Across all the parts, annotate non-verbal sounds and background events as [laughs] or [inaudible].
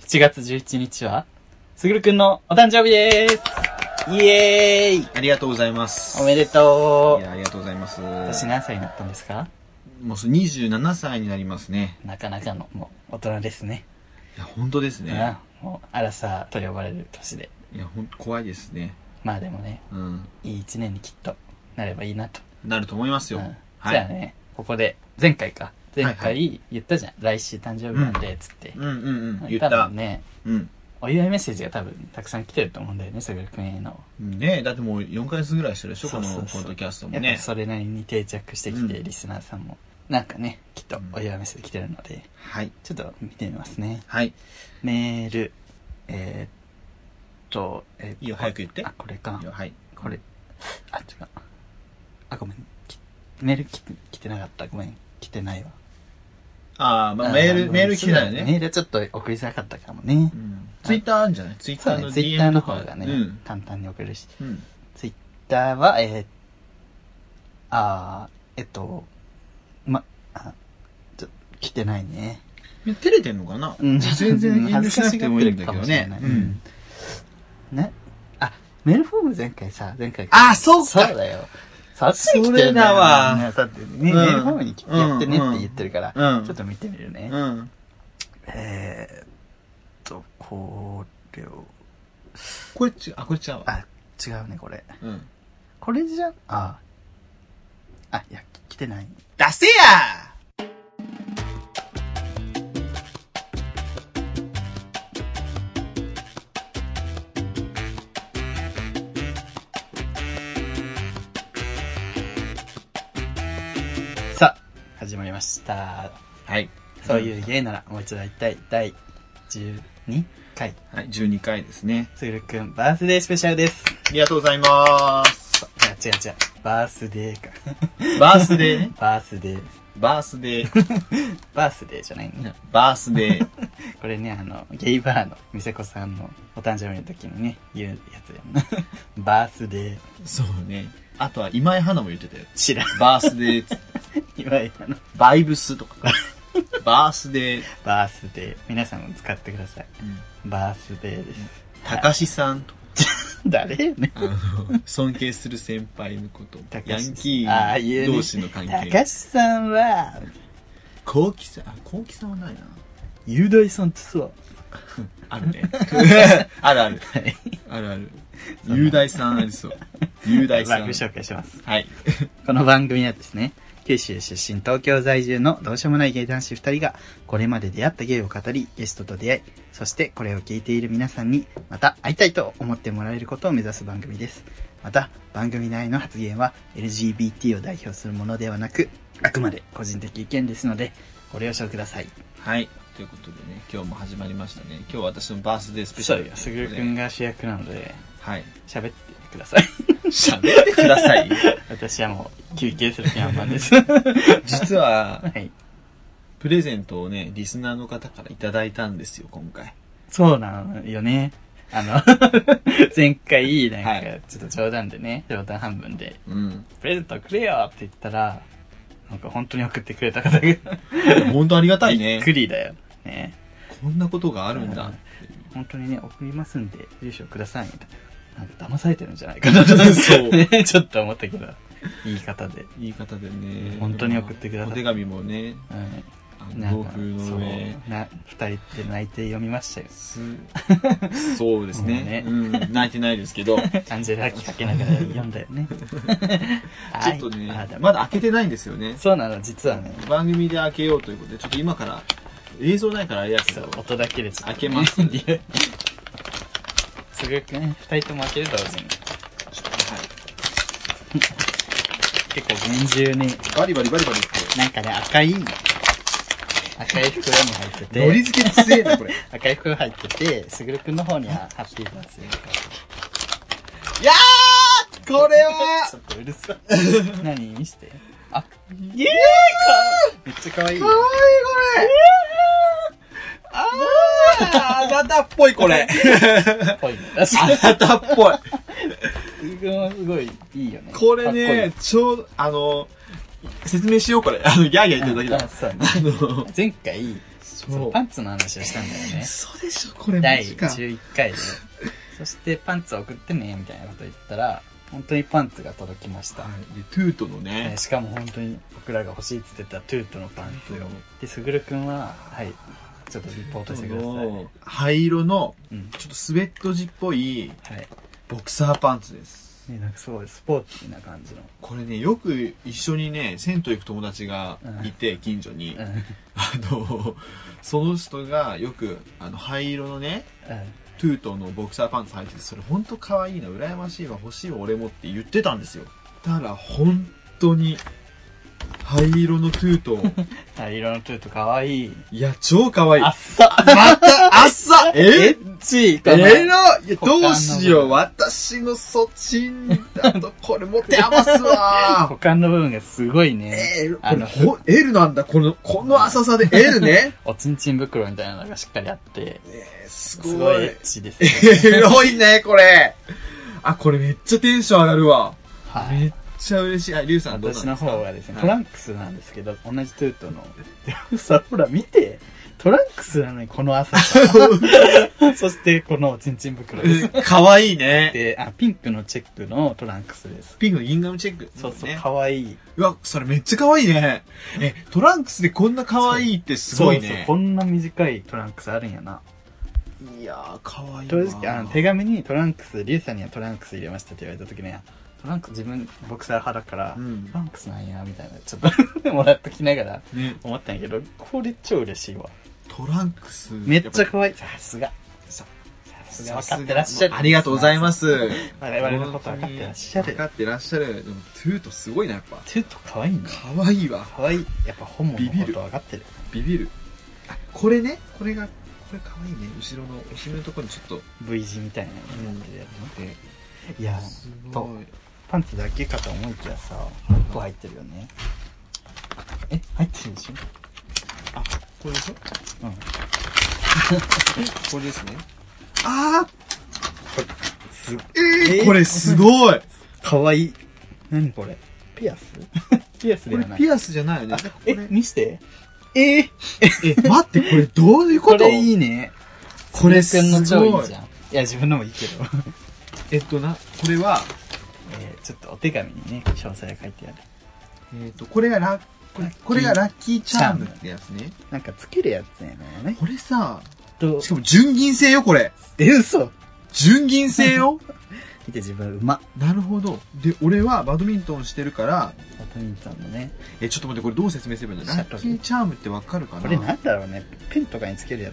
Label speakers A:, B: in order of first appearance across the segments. A: 7月11日は、すぐるくんのお誕生日ですイエーイ
B: ありがとうございます。
A: おめでと
B: いうや、ありがとうございます。
A: 私何歳になったんですか
B: もうす27歳になりますね。
A: なかなかの、もう、大人ですね。
B: いや、本当ですね。
A: うん。もう、アラサーと呼ばれる年で。
B: いや、ほんと怖いですね。
A: まあでもね、
B: うん。
A: いい一年にきっとなればいいなと。
B: なると思います
A: う
B: よ。
A: ん。
B: は
A: じゃあ
B: い。
A: ね、ここで、前回か。前
B: はいは
A: 回言ったじゃん。来週誕生日なんで、つって。
B: うんうんうん。言っ
A: 多
B: た
A: 分。ね、
B: うん。
A: お祝いメッセージが多分たくさん来てると思うんだよね、すぐるくんへの。
B: ねえ、だってもう4ヶ月ぐらいしてるでしょ、この
A: そう
B: ポ
A: そうそう
B: ッドキャストも
A: やっぱ
B: ね。
A: それなりに定着してきて、
B: うん
A: リスナーさんもなんかねきっとお祝いメッセージ来てるので、
B: はい。
A: ちょっと見てみますね
B: はい。
A: メールえー、っとえー
B: いいよ、早く言って。
A: あこれか
B: いいよはい。
A: これあ違うあごめんきメール来て来てなかったごめん来てないわ、
B: あー、まあ、
A: あ
B: メー
A: ご
B: ル、
A: めん
B: メール来てないよ
A: そうだメ
B: ね。
A: ールちょっと送りづらかったかもね、
B: うんツイッターあるんじゃないツイッ
A: そう
B: ター
A: ね
B: の
A: ツイッター
B: DM
A: の
B: と
A: 方
B: か。
A: がね、
B: うん。
A: 簡単に送れるし
B: うん。
A: ツイッターは、えー、あー、えっと、ま、あ、ちょ、来てないね。
B: いや照れてんのかな
A: うん [laughs]
B: 全然遠慮しなくてもいいんだけ
A: 恥ずかしがってるか
B: ど
A: もしれ
B: ね
A: ない。
B: うん。
A: ね。あ、メールフォーム前回さ、前回。
B: あ、そう
A: そ
B: か
A: うだよ。そっちに来てる
B: それだわ
A: ね、だってね、
B: うん
A: メールフォームに来てやってね
B: うん
A: って言ってるから、
B: うん
A: ちょっと見てみるね。
B: うん。
A: えーっと、これを、
B: これ違う、あ、これ違うわ。
A: あ、違うね、これ。
B: うん。
A: これじゃ、あ、あ、いや、来てない。
B: 出せや
A: さあ、始まりました。
B: はい。
A: そういう芸ならもう一度会いたい第12回、
B: はい、12回ですね。
A: つぐるくんバースデースペシャルです。
B: ありがとうございます。
A: 違う違う違う、バースデーか。
B: バースデーね。
A: [laughs] バースデー。
B: [laughs] バースデー。
A: バースデーじゃないね。
B: [laughs] バースデー。
A: これね、あの、ゲイバーのみせこさんのお誕生日の時にね、言うやつやんな。 [laughs] バースデー。
B: そうね。あとは今井花も言ってたよ。
A: 知らん。
B: バースデー、
A: 今やの。
B: バイブスと [laughs] か。バースデー、
A: バースデー。皆さんも使ってください。バースデーです。
B: たかしさんとか。
A: 誰よね。
B: あの、尊敬する先輩のこと。ヤンキ
A: ああ言
B: ー
A: うね
B: 同士の関
A: 高
B: 係。
A: 橋さんは、
B: こうきさん、あ、こうきさんはないな。
A: 雄大さんとさ、
B: あ [laughs] るね。あるある。あるある。雄大さんあ
A: [laughs]
B: りそう。雄大さ
A: 番
B: ん
A: 組。紹介し [laughs] ます。
B: はい。
A: この番組はですね、九州出身、東京在住のどうしようもない芸男子2人が、これまで出会った芸を語り、ゲストと出会い、そしてこれを聞いている皆さんに、また会いたいと思ってもらえることを目指す番組です。また、番組内の発言は LGBT を代表するものではなく、あくまで個人的意見ですので、ご了承ください。
B: はい。ということでね、今日も始まりましたね。今日は私のバースデースペシャル
A: すぐるくんが主役 [laughs] なので、
B: はい。
A: 喋ってください。
B: 喋ってくだ
A: [laughs]
B: さい。
A: 私はもう休憩する気満々 [laughs] です。
B: 実は、
A: はい。
B: プレゼントをね、リスナーの方からいただいたんですよ、今回。
A: そうなのよね。あの、 [laughs] 前回、なん
B: は
A: か
B: い、
A: ちょっと冗談でね、冗談半分で、
B: うん。
A: プレゼントくれよって言ったら、なんか本当に送ってくれた方が、び
B: 本当ありがたい
A: っく
B: ね。
A: りだよ。ね。
B: こんなことがあるんだ。
A: 本当にね、送りますんで、住所ください、みたいな。なんか騙されてるんじゃないかな
B: そう
A: ね [laughs] ちょっと思ったけど、言い方で。
B: 言い方でね。
A: 本当に送ってください
B: お手紙もね、
A: う
B: あ
A: ん。なん
B: の
A: か
B: 同封の上。
A: そうな、二人って泣いて読みましたよ。
B: すそうですね。
A: [laughs] も
B: うん。泣いてないですけど。ち
A: アンジェラ・アキかけながら読んだよ
B: [laughs]
A: ね。
B: ょっと
A: はいあ
B: ね
A: ダ、メ
B: まだ開けてないんですよね。
A: そうなの、実はね、
B: 番組で開けようということで、ちょっと今から、映像ないからあれやけ
A: そ
B: ど
A: う、、音だけでちょっと
B: 開けます
A: [laughs] ね。すぐくね、二人とも開ける同時に。結構厳重に、
B: バリバリバリバリって。
A: なんかね、赤い、赤い袋に入って
B: のり
A: て、
B: 付け強え
A: [laughs]
B: な、これ。
A: 赤い袋入ってて、すぐるくんの方にはハッピーバースデー。
B: いやーこれは
A: ちょっとうるさい。何見して。あ、
B: いや
A: めっちゃ可愛い
B: ー
A: よ
B: か。わいいこれあーあなたっぽいこれ
A: ぽいね。 [laughs] あ、す
B: あなたっぽい
A: ぐくんはすごいいいよね。
B: これね、ちょうど、あの、説明しようこれ。あの、ギャーギャー
A: かっ
B: 言っ
A: こいい、
B: てるだ
A: あ
B: けだ。
A: そうね
B: あの、
A: 前回、そうパンツの話をしたんだよね。
B: 嘘でしょこれマ
A: 第
B: ジか
A: 11回で。そしてパンツ送ってね、みたいなこと言ったら、本当にパンツが届きました。
B: はいでトゥートのね
A: ねしかも本当に僕らが欲しいって言ってたトゥートのパンツを。で、すぐるくんは、はい、ちょっとリポートしてください。
B: の灰色の
A: うん。
B: ちょっとスウェット地っぽい
A: はい。
B: ボクサーパンツです
A: ね、なんかすごいスポーツな感じの。
B: これねよく一緒にね銭湯行く友達がいて近所に
A: うん。
B: あのその人がよくあの灰色のね
A: う
B: トゥートのボクサーパンツ履いててそれほんと可愛いな羨ましいわ欲しいわ俺もって言ってたんですよただ本当に灰色のトゥート
A: ん。はい、色のトゥートかわいい。
B: いや超可愛い
A: あっさ
B: またあっさ
A: え
B: え
A: っちい
B: え
A: かな
B: らいいや
A: 股間の
B: どうしよう私のそちんだ
A: [laughs]
B: とこれ持て余すわ
A: 股間の部分がすごいね。
B: えー、
A: あ
B: これ
A: の
B: ほ L なんだこのこの浅さで
A: [laughs]
B: L ね
A: おちんちん袋みたいなのがしっかりあって、
B: えーす
A: すご
B: ご
A: いエ
B: い
A: ッチですね。
B: エロ
A: [laughs]
B: いねこれあこれめっちゃテンション上がるわ
A: はい。
B: めっちゃ嬉しい。あ、リュウさんどうな
A: 私
B: んですか
A: の方はですね、
B: はい
A: トランクスなんですけど、同じトゥートの。 [laughs] でもさ、ほら見て、トランクスなのにこの朝さ。
B: [laughs]
A: そしてこのちんちん袋です。
B: うんかわいいね。
A: で、あ、ピンクのチェックのトランクスです。
B: ピンクのギンガムチェック。
A: そうそう、
B: ね。
A: かわいい。
B: うわ、それめっちゃかわいいね。え、トランクスでこんなかわいいってすごい
A: そうそう
B: ね。
A: こんな短いトランクスあるんやな。
B: いやー、かわいい
A: 正直、あの、手
B: が、
A: 紙にトランクス、リュウさんにはトランクス入れましたって言われた時ね、トランクス自分、ボクサー派だから、
B: うん
A: ト。ランクスなんや、みたいな、ちょっと [laughs] 、もらっときながら
B: ね、
A: 思ったんやけど、これ超嬉しいわ。
B: トランクス。
A: めっちゃ
B: やぱ
A: 可愛い。さすが。さ
B: ささ
A: す
B: す
A: が
B: が
A: 分かってらっしゃる。
B: ありがとうございます。
A: 我々のこと分かってらっしゃる
B: 分。かってらっしゃる。でも、トゥートすごいな、やっぱ。
A: トゥート可愛いね。
B: かわいいわ。
A: 可愛い。やっぱ本物の
B: ビ
A: こ
B: ビる
A: と分かってる。
B: ビビる。あ、これね、これが、これかわいいね。後ろの、お尻のところにちょっと、
A: V 字みたいなのになってるや
B: で、
A: つね。いや、
B: す
A: と
B: ごい。
A: パンツだけかと思いきやさ、もっと入ってるよね。え、入ってるでしょ
B: あ、これでしょ
A: うん。
B: これですね。あ
A: す
B: ーえ
A: えー
B: これすごい
A: かわいい。何これピアス
B: [laughs]
A: ピアスで
B: こ
A: は
B: れ
A: ない。
B: ピアスじゃないよね
A: あ。
B: こ
A: え
B: れ、
A: 見して。えー、
B: え、待って、これどういう
A: こ
B: こと
A: れいいね。
B: これ
A: く
B: す
A: んの超い
B: ご
A: い
B: い
A: じ。ゃん。いや、自分のもいいけど。
B: えっとな、これは、
A: えー、ちょっとお手紙にね、詳細が書いてある。
B: えっと、これがラ、これこれがラッキーチャームってやつね。
A: なんかつけるやつやね。
B: これさ、
A: と
B: し、かも純銀製よ、これ。
A: え、嘘
B: 純銀
A: [laughs]
B: 製よ。
A: 見て自分、うま。
B: なるほど。で、俺はバドミントンしてるから、
A: バドミントンのね。
B: え、ちょっと待って、これどう説明すればいいんだ
A: シャ
B: ラ
A: トル
B: ッキーチャームってわかるかな
A: これなんだろうね。ペンとかにつけるや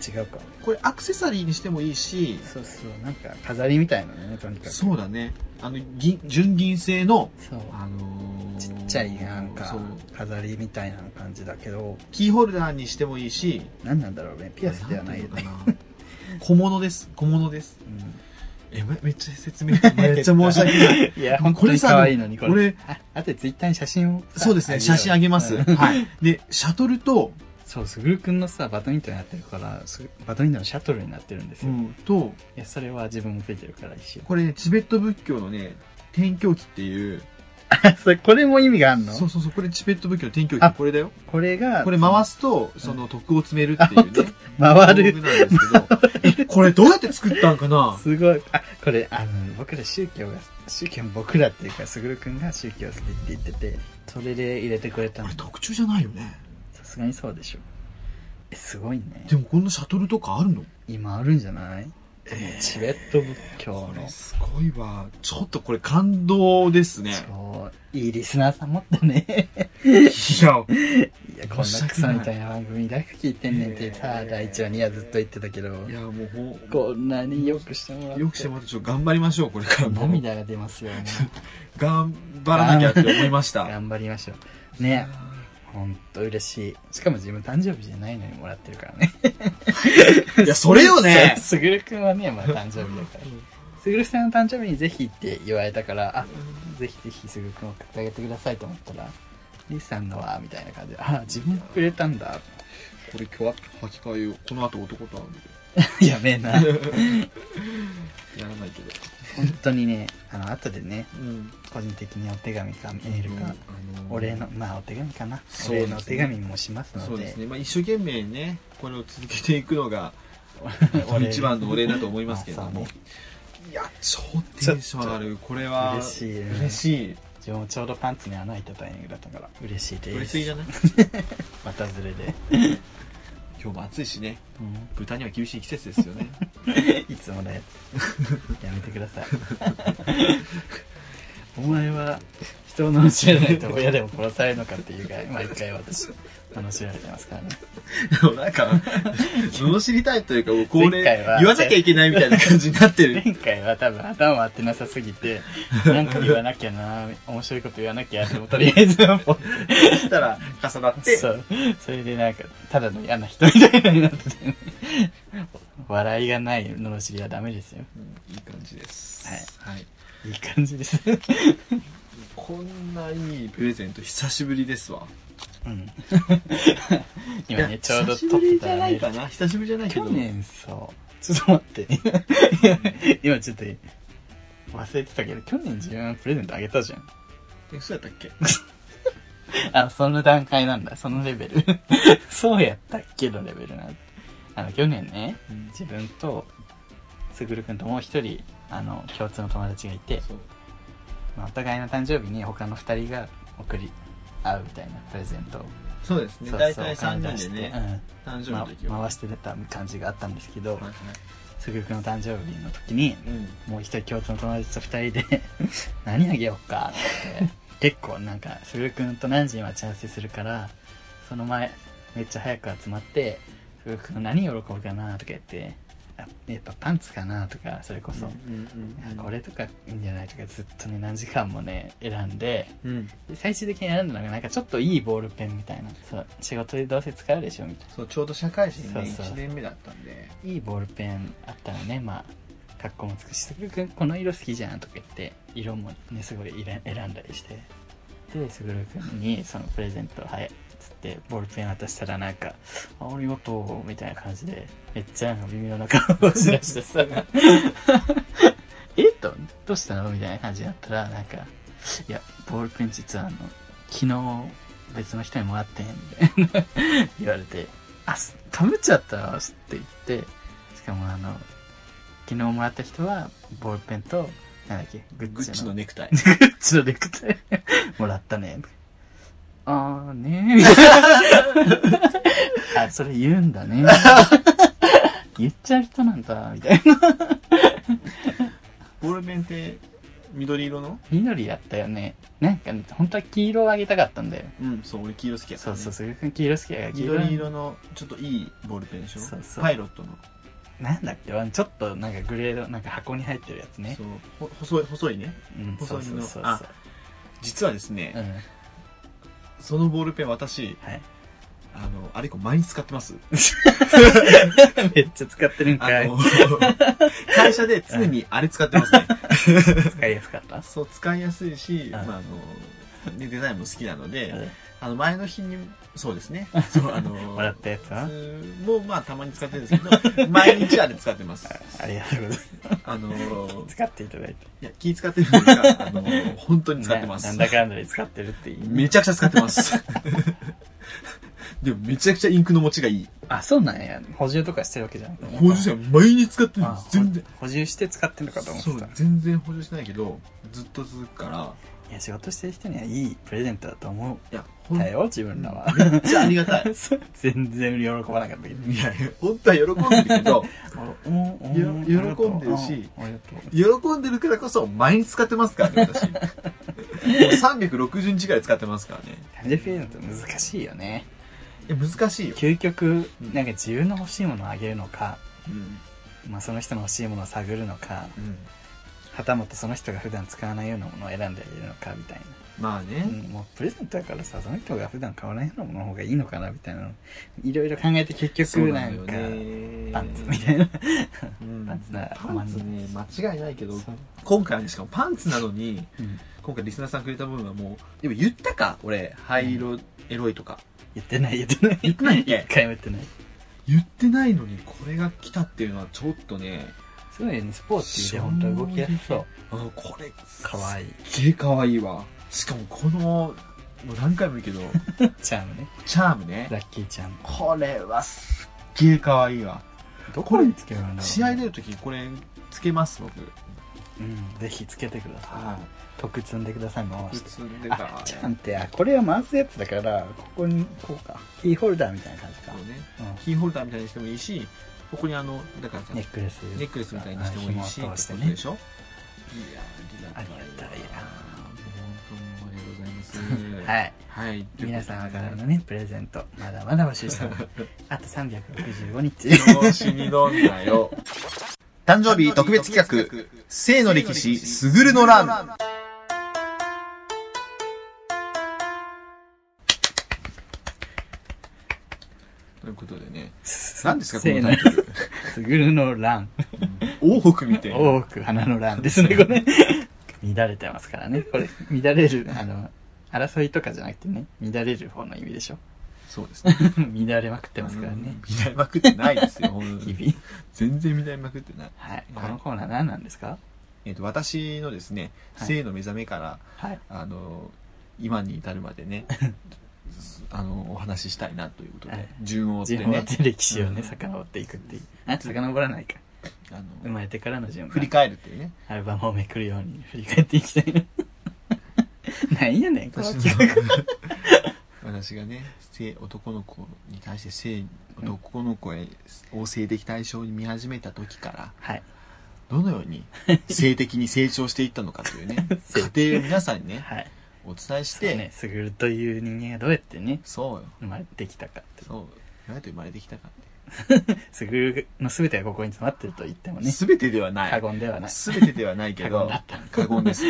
A: つ。え違うか。
B: これアクセサリーにしてもいいし、
A: そうそう。なんか飾りみたいなのね、とにかく。そう。
B: そうだね。あの、銀、純銀製の、あのー、
A: ちっちゃいなんか
B: そう。
A: 飾りみたいな感じだけど、
B: キーホルダーにしてもいいし、
A: なんなんだろうね。ピアスではないよ
B: んて
A: ね
B: う。のかな。小物です。小物です。
A: うん
B: え、めめっちゃ
A: [laughs]
B: 説明、めっちゃ申し訳ない。 [laughs]
A: いや、
B: もう
A: 本当に可愛いのに、これ。
B: 俺、
A: あ、あとツイッターに写真を。
B: そうですね、写真あげます。
A: うん
B: はい。で、シャトルと、
A: そう、すぐるくんのさ、バドミントンやってるから、すバドミントンのシャトルになってるんですよ。い
B: と、
A: や、それは自分もついてるから一緒。
B: これね、チベット仏教のね、天教記っていう、
A: [laughs] それ、これも意味があんの
B: そうそうそう、これチベット仏教の天教
A: あ
B: 記、これだよ。
A: これが、
B: これ回すと、その徳を詰めるっていうね。
A: [laughs] 回る
B: 道具。なんですけ
A: [laughs]
B: ど。えこれどうやって作ったんかな
A: すごい。あ、これ、あの、僕ら宗教が、宗教、僕らっていうか、すぐるくんが宗教好きって言ってて、それで入れてくれたの
B: これ。特注じゃないよね。
A: さすがにそうでしょ。え、すごいね
B: で。もこんなシャトルとかあるの
A: 今あるんじゃないチベット仏教
B: こ
A: の
B: れ。すごいわ。ちょっとこれ感動ですね。
A: そう、いいリスナーさん持ったね。
B: いや、
A: いや、こんなクソみたいな番組誰か聞いてんねんってさ、
B: えー
A: 第一話にはずっと言ってたけど
B: い、やもうほ
A: こんなによくしてもらっ
B: ん、
A: て。
B: よくしてもらってちょっと頑張りましょう、これからも。
A: [laughs] 涙が出ますよ、
B: [laughs]
A: もう
B: 頑張らなきゃって思いました。
A: 頑張りましょう。ね、ほんと嬉しい。しかも自分誕生日じゃないのにもらってるからね。
B: いや、それ
A: [laughs]
B: よね
A: そうすぐるくんはね、まあ誕生日だから。すぐるさんの誕生日にぜひって言われたから、あ、ぜひぜひすぐるくん送ってあげてくださいと思ったら、リスさんのは、みたいな感じで、あ、自分くれたんだ。 [laughs]
B: これ今日は履き替えよう。この後男と会うんで。
A: やべえ
B: [laughs]
A: な。
B: やらないけど。
A: 本当にね、あの、後でね、
B: うん。
A: 個人的にお手紙かメールか、
B: あのー
A: お礼の、まあお手紙かな。
B: そ
A: お
B: うですね
A: 礼のお手紙もします
B: そ
A: の [laughs]
B: う
A: で、
B: ですね。まあ一生懸命ね、これを続けていくのが
A: [laughs] 俺
B: 一番のお礼だと思いますけれど
A: [laughs] まあ
B: も
A: そうね
B: いや超テンション上がるこれは
A: 嬉しいね
B: 嬉しい
A: 自分もちょうどパンツに穴開いたタイミングだったから嬉しいです
B: 取りすぎじ
A: [laughs]
B: ゃない
A: またずれで、
B: 今日も暑いしね豚には厳しい季節ですよね [laughs]
A: いつもだよやめてくださいお前は人の知らないと親でも殺されるのかっていうぐらい毎回私罵られてますからね
B: な
A: [laughs]
B: んか罵りたいというかもうこれ
A: 前回は
B: 言わなきゃいけないみたいな感じに
A: [laughs]
B: なってる
A: 前回は多分頭回ってなさすぎてなんか言わなきゃな面白いこと言わなきゃでもとりあえずポンっ
B: そしたら重なって [laughs] て
A: そうそれでなんかただの嫌な人みたいになってて、ね、笑いがない罵りはダメですよ
B: うんいい感じですはい、
A: いい感じです [laughs]
B: こんないいプレゼント久しぶりですわ
A: うん今
B: いや
A: ねちょうど
B: 久しぶ
A: 撮って
B: りじ
A: た
B: ゃ
A: ら
B: ない
A: ね
B: かな久しぶりじゃないけ
A: 去
B: ど
A: 年さちょっと待って
B: [laughs]
A: 今ちょっと忘れてたけど去年自分プレゼントあげたじゃん
B: えそうやったっけ
A: あその段階なんだそのレベル [laughs] そうやったっけのレベルなんだあの去年ね自分とすぐるくんともう一人あの共通の友達がいて、
B: そう
A: まあ、お互いの誕生日に他の二人が送り合うみたいなプレゼントを
B: そうですね
A: そう
B: 大
A: そう
B: 体3人
A: お
B: で
A: 金出して
B: ね、誕
A: う
B: 生
A: ん
B: 日
A: ま
B: の時は、
A: 回して出た感じがあったんですけど、
B: はい
A: すぐるくんの誕生日の時に
B: はいうん
A: もう一人共通の友達と二人で [laughs] 何あげようかって結構なんかすぐるくんと何時に待ち合わせするからその前めっちゃ早く集まってすぐるくん何喜ぶかなとか言ってあやっぱパンツかなとかそれこそ、
B: ん
A: いやこれとかいいんじゃないとかずっとね何時間もね選んで
B: うん
A: で最終的に選んだのがなんかちょっといいボールペンみたいなそう仕事でどうせ使うでしょみたい
B: そうちょうど社会人ね
A: そうそう
B: 1年目だったんで
A: ないいボールペンあったらねまあ格好もつくし「すぐるくんこの色好きじゃん」とか言って色もねすごいいら選んだりしてですぐるくんにそのプレゼントはいっつってボールペン渡したらなんか「ありがとう」みたいな感じでめっちゃなんか微妙な顔をしだしてさ [laughs] 「えっとどうしたの?」みたいな感じになったらなんか「いやボールペン実はあの昨日別の人にもらってん」みたいな [laughs] 言われて「あすかぶっちゃったわ」って言ってしかもあの昨日もらった人はボールペンとなんだっけグ
B: グッチのネ
A: [laughs]
B: クタイ
A: グッチのネクタイ [laughs] もらったね。あーねー
B: [laughs]
A: みたいな。あ、それ言うんだ
B: [laughs]
A: ね。言っちゃう人なんだ、みたいな。
B: ボールペンって緑色の
A: 緑だったよね。なんかね、本当は黄色をあげたかったんだよ。
B: うんそう俺黄色好きやった、
A: そう
B: ね、
A: そうそう、黄色好きやから黄色。
B: 緑色のちょっといいボールペンでしょ
A: そうそう
B: パイロットの、
A: なんだっけちょっとなんかグレード、なんか箱に入ってるやつね
B: そ。うほ細い細いね
A: うん、
B: 細
A: そ
B: いうの
A: そうそうそう。
B: あ実はですね、
A: うん、
B: そのボールペン私
A: はい。
B: [laughs] あのあれ以降毎日使ってます
A: めっちゃ使ってるん
B: あ
A: かい
B: の。 [laughs] 会社で常にあれ使ってま
A: [laughs]
B: すね
A: 使いやすかった。
B: そう使いやすいし、
A: はい
B: まああのねデザインも好きなので、
A: うん
B: あの前の日にそうで
A: [laughs]
B: すねそうあの
A: もらったやつは
B: もうまあたまに使ってるんですけど [laughs] 毎日あれ使ってます
A: ありがとうございます。
B: あのい
A: 使っていただいて。
B: や気使ってるんですが
A: [laughs]
B: あの本当に使って
A: な
B: ま
A: な
B: す
A: んだかんだで使ってるっていい。
B: めちゃくちゃ使ってます
A: [laughs]
B: でもめちゃくちゃインクの持ちがいい
A: あ、そうなんや。補充とかしてるわけじゃなくて。
B: 補充して毎日使ってる
A: あほ
B: 全然
A: 補充して使ってるのかと思っ
B: そ
A: てた
B: う。全然補充してないけどずっと続くから
A: いや、仕事してる人にはいいプレゼントだと思
B: いや
A: う。
B: ほん
A: だよ、自分らは。
B: めっちゃありがた [laughs] い
A: そう全然喜ばなかったけど。
B: いや本当は喜んでるけ [laughs] ど
A: おおお
B: 喜んでるし
A: あありがとう。
B: 喜んでるからこそ毎日使ってますからね私もう360日ぐらい使ってますからね
A: 誕生日プレゼント難しいよね。
B: いや難しいよ、
A: 究極
B: う、ん
A: なんか自分の欲しいものをあげるのか、
B: うん
A: まあその人の欲しいものを探るのか、はたまたその人が普段使わないようなものを選んであげるのかみたいな。
B: まあね、
A: うん、もうプレゼントだからさその人が普段買わないようなものの方がいいのかなみたいなのいろいろ考えて結
B: そう
A: 局な
B: なん
A: ん
B: だ
A: か
B: よね
A: パンツみたいな、
B: うん
A: パンツなら
B: パンツね間違いないけど
A: そう
B: 今回はねしかもパンツなのに
A: うん
B: 今回リスナーさんくれた分はもうでも言ったか俺灰色エロいとか
A: 言ってない言ってない
B: 言ってないっ
A: 一
B: け
A: 回も言ってない
B: 言ってないのにこれが来たっていうのはちょっとね
A: すごいよねスポーティーで本当動きやすそう
B: あこれ
A: かわいい
B: すっげえかわいいわしかもこのも
A: [laughs]
B: う何回も言うけど
A: チャームね
B: チャームね
A: ラッキーチャーム
B: これはすっげえ可愛いわ。
A: どこにつけるんだろうね
B: 試合出るときこれつけます、僕。
A: うんぜひつけてくださ
B: はい
A: 徳積んでください回
B: い。
A: して
B: 包んでから。
A: あちゃんってあこれは回すやつだからここにこうかキーホルダーみたいな感じか
B: そう、ね。
A: う
B: キーホルダーみたいにしてもいいし、ここにあの、だからさ、
A: ん、ネ
B: ネ
A: ックレス
B: ックレスみたいにしてもいいし、
A: あ紐を通して
B: ってこと
A: ね
B: でしょいやー、ありがたいわ。
A: ありがたいな
B: 本当にありがとうございます。。
A: はいい
B: はい。
A: 皆様から [laughs] のねプレゼントまだまだ募集
B: [laughs]
A: してますあと365日
B: 調子に乗んなよ。
C: 誕生日特別企画、生の歴史、すぐるの乱。
B: ということでね、何ですか、このタ
A: せ
B: イ
A: ー
B: トル。
A: のすぐるの乱
B: 王北みたいな。
A: 多く花の乱ですねこ
B: [laughs]
A: れ乱れてますからねこれ乱れるあの争いとかじゃなくてね乱れる方の意味でしょ [laughs]
B: そうですね。
A: 乱れまくってますからね
B: うん。乱れまくってないですよ、
A: [laughs]
B: ほんと
A: 日
B: に
A: 々
B: 全然乱れまくってない。
A: はいこのコーナー何なんですか
B: えっと、私のですね、
A: はい
B: 性の目覚めから、
A: はい
B: あの、今に至るまでね、 [laughs] あの、お話ししたいなということ
A: は
B: で
A: い、
B: 順を追って
A: 自分
B: ね
A: っ、て歴史をね
B: うん
A: 遡っていくっていうあ遡らないか
B: あ
A: 生
B: の、
A: まれてからの順
B: 振り
A: 番
B: 返るっていうね。
A: アルバムをめくるように振り返っていきたい [laughs] ななんやねんこの
B: 私
A: 企画
B: の私がね性男の子に対して性男の子へを性的対象に見始めた時から
A: はい
B: どのよ
A: [laughs]
B: うに性的に成長していったのかというね過程を皆さんにね
A: はい
B: お伝えし
A: そう
B: て
A: ねすぐるという人間がどうやってね
B: そうよ
A: 生まれてきたかって
B: そうどうやって生まれてきたかっ
A: すぐるの全てがここに詰まってると言っても
B: て、
A: ね
B: 全てではな
A: 過
B: い
A: 言ではない
B: 全てではないけ
A: 過
B: ど
A: 言だった
B: 過
A: [laughs]
B: 言です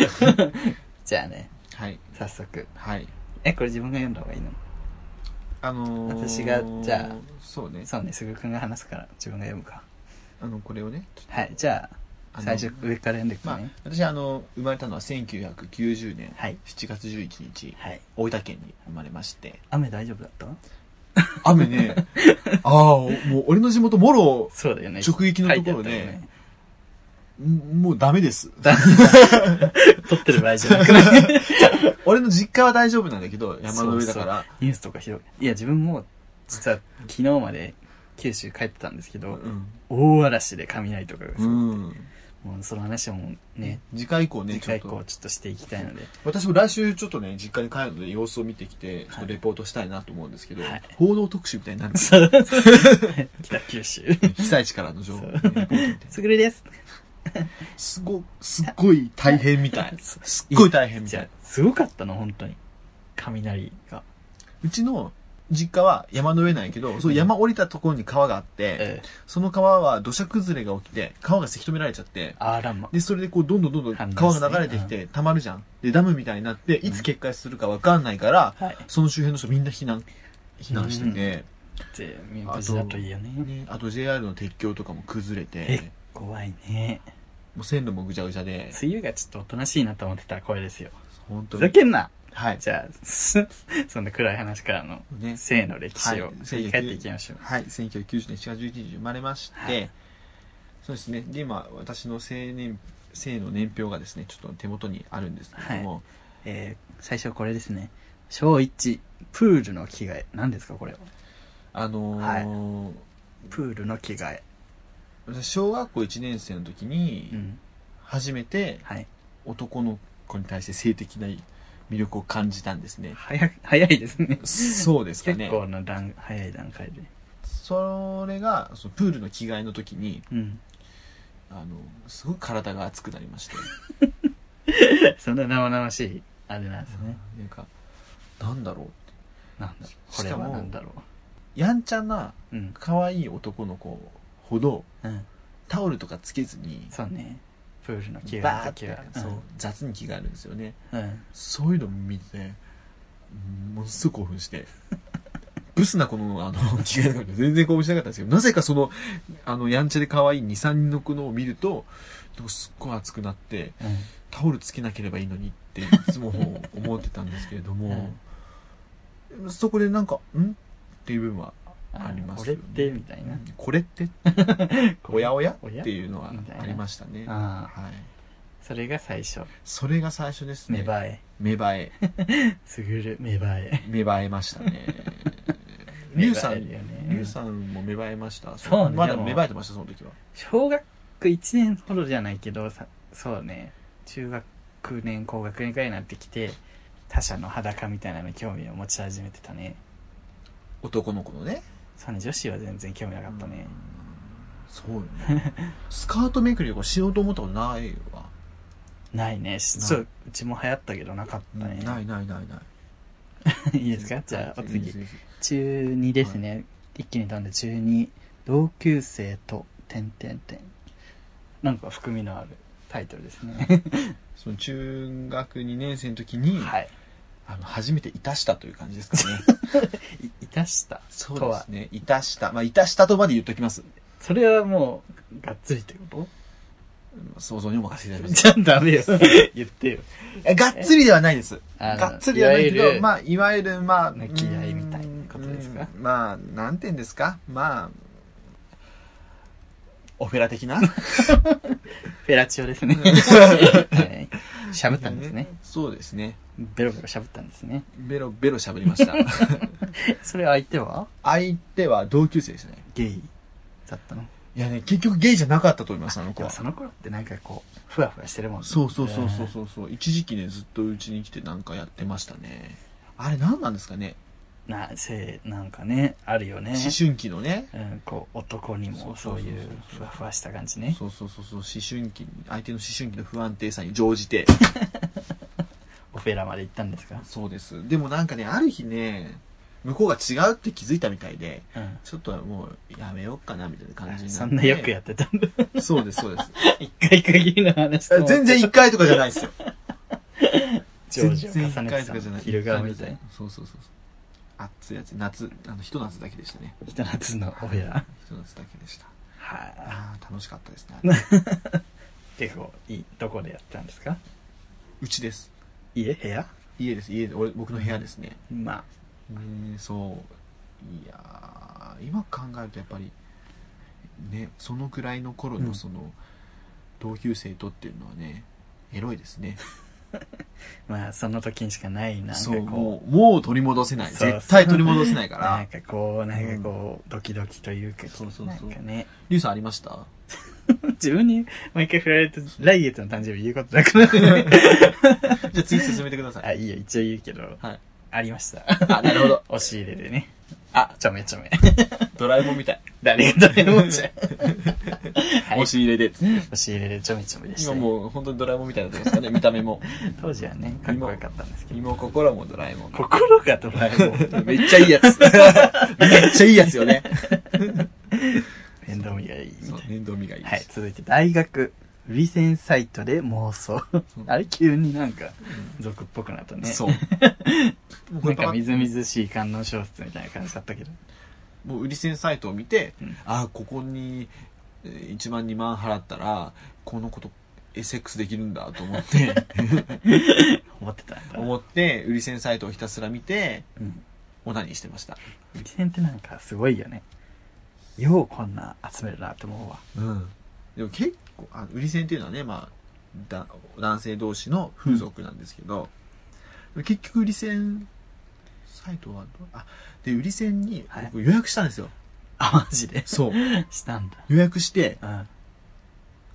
A: じゃあね
B: はい
A: 早速
B: はい
A: えこれ自分が読んだ方がいいの
B: あのー、
A: 私がじゃあ
B: そうね
A: そうねすぐるくんが話すから自分が読むか
B: あのこれをねちょっ
A: は
B: と
A: いじゃ
B: あ
A: あ
B: の
A: 最初上から読んでいく
B: まあ
A: ね、
B: 私あの生まれたのは1990年
A: はい
B: 7月11日
A: はい
B: 大分県に生まれまして
A: 雨大丈夫だった
B: 雨ね [laughs] ああもう俺の地元もろ
A: そうだよね
B: 直撃のところね
A: 書いてあったよ
B: んもうダメです
A: 撮ってる場合じゃなくない
B: [laughs] 俺の実家は大丈夫なんだけど [laughs] 山の上だから
A: ニュースとかひどいいや自分も実は昨日まで九州帰ってたんですけど、大嵐で雷とかがすご
B: う
A: い
B: ん、うん、
A: もうその話もね
B: 次回以降ね
A: 次
B: ちょ
A: 回
B: っ
A: 以降
B: と
A: ちょっとしていきたい [laughs] ので
B: 私も来週ちょっとね実家に帰るので様子を見てきてちょっとレポートしたいなと思うんですけど、
A: はい
B: 報道特集みたいになる
A: [laughs] 北九州
B: 被災地からの情報ねレポートみたいな
A: すぐるです
B: すごすっごい大変み [laughs] たいすっごい大変み
A: じ
B: た
A: ゃ
B: い
A: あすごかったの本当に雷が
B: うちの実家は山の上なんやけど、そう山降りたところに川があって、
A: ええ
B: その川は土砂崩れが起きて、川がせき止められちゃって、
A: あらま
B: で、それでこう、どんどんどんどん
A: 氾濫
B: 川が流れてきて、溜まるじゃん。で、ダムみたいになって、いつ決壊するかわかんないから、
A: はい
B: その周辺の人みんな避難、避難してて、
A: って無事だといいよね
B: ねあと JR の鉄橋とかも崩れて
A: え、怖いね
B: もう線路もぐちゃぐちゃで、
A: 梅雨がちょっとおとなしいなと思ってたらこれですよ
B: 本当
A: ふざ
B: に。
A: けんな
B: はい。
A: じゃあ [laughs] すそんな暗い話からの
B: ね
A: 性の歴史を
B: はい
A: 振り返っていきましょう
B: はい、1990年4月11日に生まれまして、
A: はい
B: そうですね、で、今、私の生年、生の年表がですね、ちょっと手元にあるんですけども、
A: えー最初これですね小一プールの着替え何ですかこれは
B: あのー
A: プールの着替え
B: 私小学校1年生の時に、
A: うん
B: 初めて
A: はい
B: 男の子に対して性的な魅力を感じたんですね。
A: 早く早いですね
B: そうですか
A: 結
B: ね。
A: 構な段早い段階で
B: それが、そのプールの着替えの時に、
A: うん
B: あの、すごい体が熱くなりまして、
A: そんな生々しいあれなんですね
B: なんか、なんだろうって。
A: なんだろうこ
B: し
A: れ
B: か
A: は
B: も
A: なんだろ
B: やんちゃな
A: ううん
B: 可愛い男の子ほど
A: うん
B: タオルとかつけずに
A: そうねプールの着替え
B: バー
A: の
B: っ
A: 時
B: て
A: は
B: そう、雑に着替えるんですよね
A: うんうん
B: そういうの見てうんものすごい興奮して [laughs] ブスな子のあ [laughs] の着替えとか全然興奮しなかったんですけどなぜかそのあのやんちゃで可愛い23人の子のを見るとなんかすっごい熱くなってタオルつけなければいいのにっていつも思ってたんですけれども、 [laughs] そこでなんか「ん?」っていう部分は
A: あ
B: あります
A: こ
B: よ
A: れ
B: ね
A: ってみたいな
B: こ
A: [laughs]
B: れっておやおや
A: おや
B: っていうのはありましたね。
A: ああ
B: はい。
A: それが最初
B: それが最初です
A: 芽
B: ね。
A: 生え
B: 芽生え。
A: すぐる芽生え [laughs]
B: 芽生えましたね。リュウさん、
A: 芽生え
B: リ
A: るよね
B: ュウさんも芽生えました。
A: そうね
B: まだ
A: でも
B: 芽生えてました、その時は。
A: 小学1年ほどじゃないけどさそうね中学年高学年くらいになってきて他者の裸みたいなのに興味を持ち始めてたね
B: 男の子のね。
A: そうね女子は全然興味なかったね、
B: そうよね。スカートめくりとかしようと思ったことないわ。
A: ないねし
B: ない
A: そううちも流行ったけどなかったね、
B: ないないないな
A: [laughs]
B: い。
A: いいですかじゃあお
B: いいで
A: 次
B: すいいです
A: 中2ですね、一気に飛んで中2同級生と点点点なんか含みのあるタイトルです
B: [laughs]
A: ね
B: その中学2年生の時に、
A: はい
B: あの初めていたしたという感じですかね。
A: いいたした
B: そう
A: う
B: で
A: ですす
B: ね。いたした。まあ、いたしたとまで言っときます。
A: それはもうがっつりってこ
B: 想像にお任せいただ
A: と
B: きま
A: じゃあダメよ言ってよ
B: す。 [laughs] がっつりではないです。
A: あの
B: がっつりではないけ
A: いわゆ
B: ど、
A: る
B: まあ、いわゆる、まあ、
A: 気合いみたいなことですか
B: うんまあ、なんて言うんですか。まあ、オペラ的な。
A: フェラチオですね。 [laughs] はいしゃぶったんですね。。
B: そうですね。
A: ベロベロしゃぶったんですね。
B: ベロベロ喋りました。
A: それ相手は
B: [laughs] 相手は同級生でしたね。
A: ゲイだったの。
B: いやね、結局ゲイじゃなかったと思います、あの子
A: でも
B: は。
A: その頃ってなんかこう、ふわふわしてるもんね
B: そうそうそうそうそうそう、一時期ねずっとうちに来てなんかやってましたねあれ何なんですかね
A: な、せい、なんかね、あるよね。
B: 思春期のね
A: うん、こう、男にも
B: そ
A: そう
B: そうそうそう
A: ういうふわふわした感じね。
B: そうそうそうそう思春期相手の思春期の不安定さに乗
A: [laughs]
B: じて
A: オペラまで行ったんですか
B: そうですでもなんかねある日ね向こうが違うって気づいたみたいで
A: うん。
B: ちょっともうやめようかなみたいな感じになって
A: そんなよくやってたんだ。
B: そうですそうです
A: [laughs] 一回限りの話と思って
B: 全然1回とかじゃないですよ
A: 常時を重
B: 全然一
A: ね
B: 回
A: て
B: と
A: た
B: かじゃない
A: 昼顔みたいな。
B: そうそうそうそう暑いやつ夏あのひと夏だけでしたね
A: ひと夏のオペラ。
B: ひと夏だけでした
A: はい。
B: ああ楽しかったですね
A: 結構いい。どこでやったんですか
B: うちです
A: 家部屋
B: 家です家で俺僕の部屋ですね、
A: まあ、
B: ねそういやー今考えるとやっぱりねそのくらいの頃
A: う
B: の
A: ん
B: その、同級生とっていうのはねエロいですね
A: まあその時にしかないなんか
B: そう
A: こ
B: もうもう取り戻せない
A: そう
B: 絶対取り戻せないか
A: うな
B: [laughs] ら
A: んかこうなんかこうドキドキというか
B: そうそうそう
A: なんかね [laughs]
B: リュウさんありました [laughs]
A: 自分に毎回振られると来月の誕生日言うことなくな
B: [laughs]
A: るね
B: じゃあ次進めてくださ
A: あ
B: い
A: いいよ一応言うけど
B: はい
A: ありました
B: あなるほど
A: 押し入れでね
B: あ
A: ちょめちょ [laughs] め
B: ドラえもんみたい
A: 誰が誰も
B: [laughs]
A: じゃんはい
B: 押し入れで
A: 押し入れでちょめちょめでした
B: 今
A: ね
B: もう本当にドラえもんみたいになって [laughs] ますからね見た目も
A: 当時はねかっこよかったんですけど
B: 今心もドラえ [laughs] もん
A: 心がドラえもん
B: めっちゃいいや [laughs] つめっちゃいいやつよね
A: [laughs] 面倒見がいいみたい
B: そう
A: な
B: 面倒見がいいし
A: はい、続いて大学。ウィセンサイトで妄想。あれ急になんか、俗っぽくなったね。
B: そう。 [laughs]
A: [laughs] なんかみずみずしい観音小説みたいな感じだったけど。
B: もう売り線サイトを見て、
A: うん
B: ああ、ここにえー1万2万払ったら、このこと、え、セックスできるんだと
A: [laughs]
B: 思って、
A: 思ってたんだ。
B: 思って、売り線サイトをひたすら見て、
A: うん。
B: オナニーしてました。
A: ウィセンってなんかすごいよね。ようこんな集めるなって思うわ。
B: うん。でも結構、あ売り線っていうのはね、まあ、だ男性同士の風俗なんですけど、でも結局売り線サイトはどう、あ、で、売り線に
A: はい
B: 僕予約したんですよ。
A: あ、マジで
B: そう。
A: したんだ。
B: 予約して、
A: うん。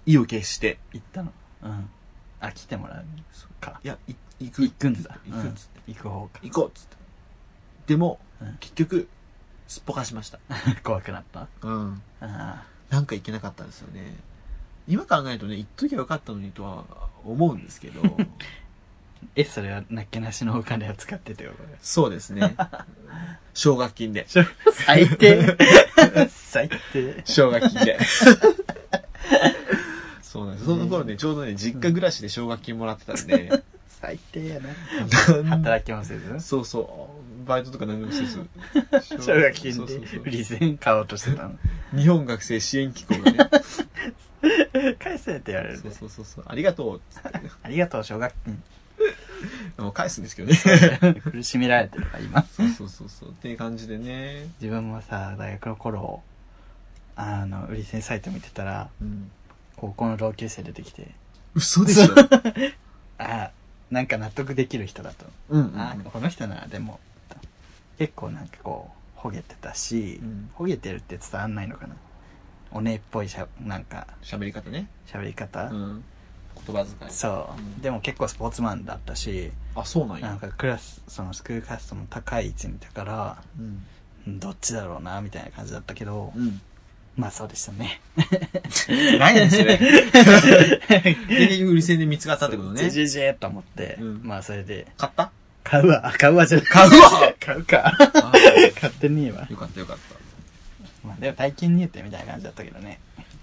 A: 行
B: 意を決して、
A: ったの。うん。あ、来てもらうか。
B: いや、い行く。
A: 行くんだ。
B: 行くっつって。
A: 行く方か。
B: 行こうっつってでも、
A: うん
B: 結局すっぽかしました、
A: [laughs] 怖くなった。
B: うん、
A: あ
B: なんか行けなかったんですよね今考えるとね行っときゃよかったのにとは思うんですけ
A: [laughs]
B: ど
A: ーえ、それはなっけなしのお金を使ってってこと
B: そうですね奨学金
A: [laughs]
B: で
A: ちょ最低 [laughs] 最低
B: 奨学
A: [laughs]
B: 金でそうなんですその頃ねちょうどね実家暮らしで奨学金もらってたんで
A: 最低やな
B: なん
A: 働きもせず
B: そうそうバイトとか何でもせず
A: [laughs] 奨学金
B: そうそ
A: で
B: うそう
A: リゼン買おうとしてたの
B: 日本学生支援機構がね
A: [laughs] 返せって言われる
B: そうそうそうそうありがとうっつ [laughs] って
A: ありがとう奨学金
B: もう返すんですけどね [laughs]
A: 苦しめられてるわ今
B: そうそうそうそう。っていう感じでね。
A: 自分もさ大学の頃あの売り線サイト見てたら
B: うん。
A: 高校の同級生出てきて
B: 嘘でし [laughs] ょ。
A: ああなんか納得できる人だと、
B: うん、
A: ああこの人ならでも結構なんかこうほげてたし、
B: うん
A: ほげてるって伝わんないのかなおねえっぽいしゃなんか
B: 喋り方ね。
A: 喋り方、
B: うん。言葉遣い。
A: そう、
B: うん
A: でも結構スポーツマンだったし、
B: あ、そうなんや。
A: なんかクラスそのスクールカストも高い位置にいたから
B: うん。
A: どっちだろうなみたいな感じだったけど、
B: うん。
A: まあそうでしたね
B: 何やねん、そ [laughs] れ。結局、売り線で見つかったってことね。
A: ジェジェと思って、
B: うん
A: まあそれで
B: 買った
A: 買うわあ買うわじゃない
B: 買うわ
A: [laughs] 買うか
B: あ
A: 買ってねえわ
B: ーよかったよかった。
A: まあでも体験入店みたいな感じだったけどね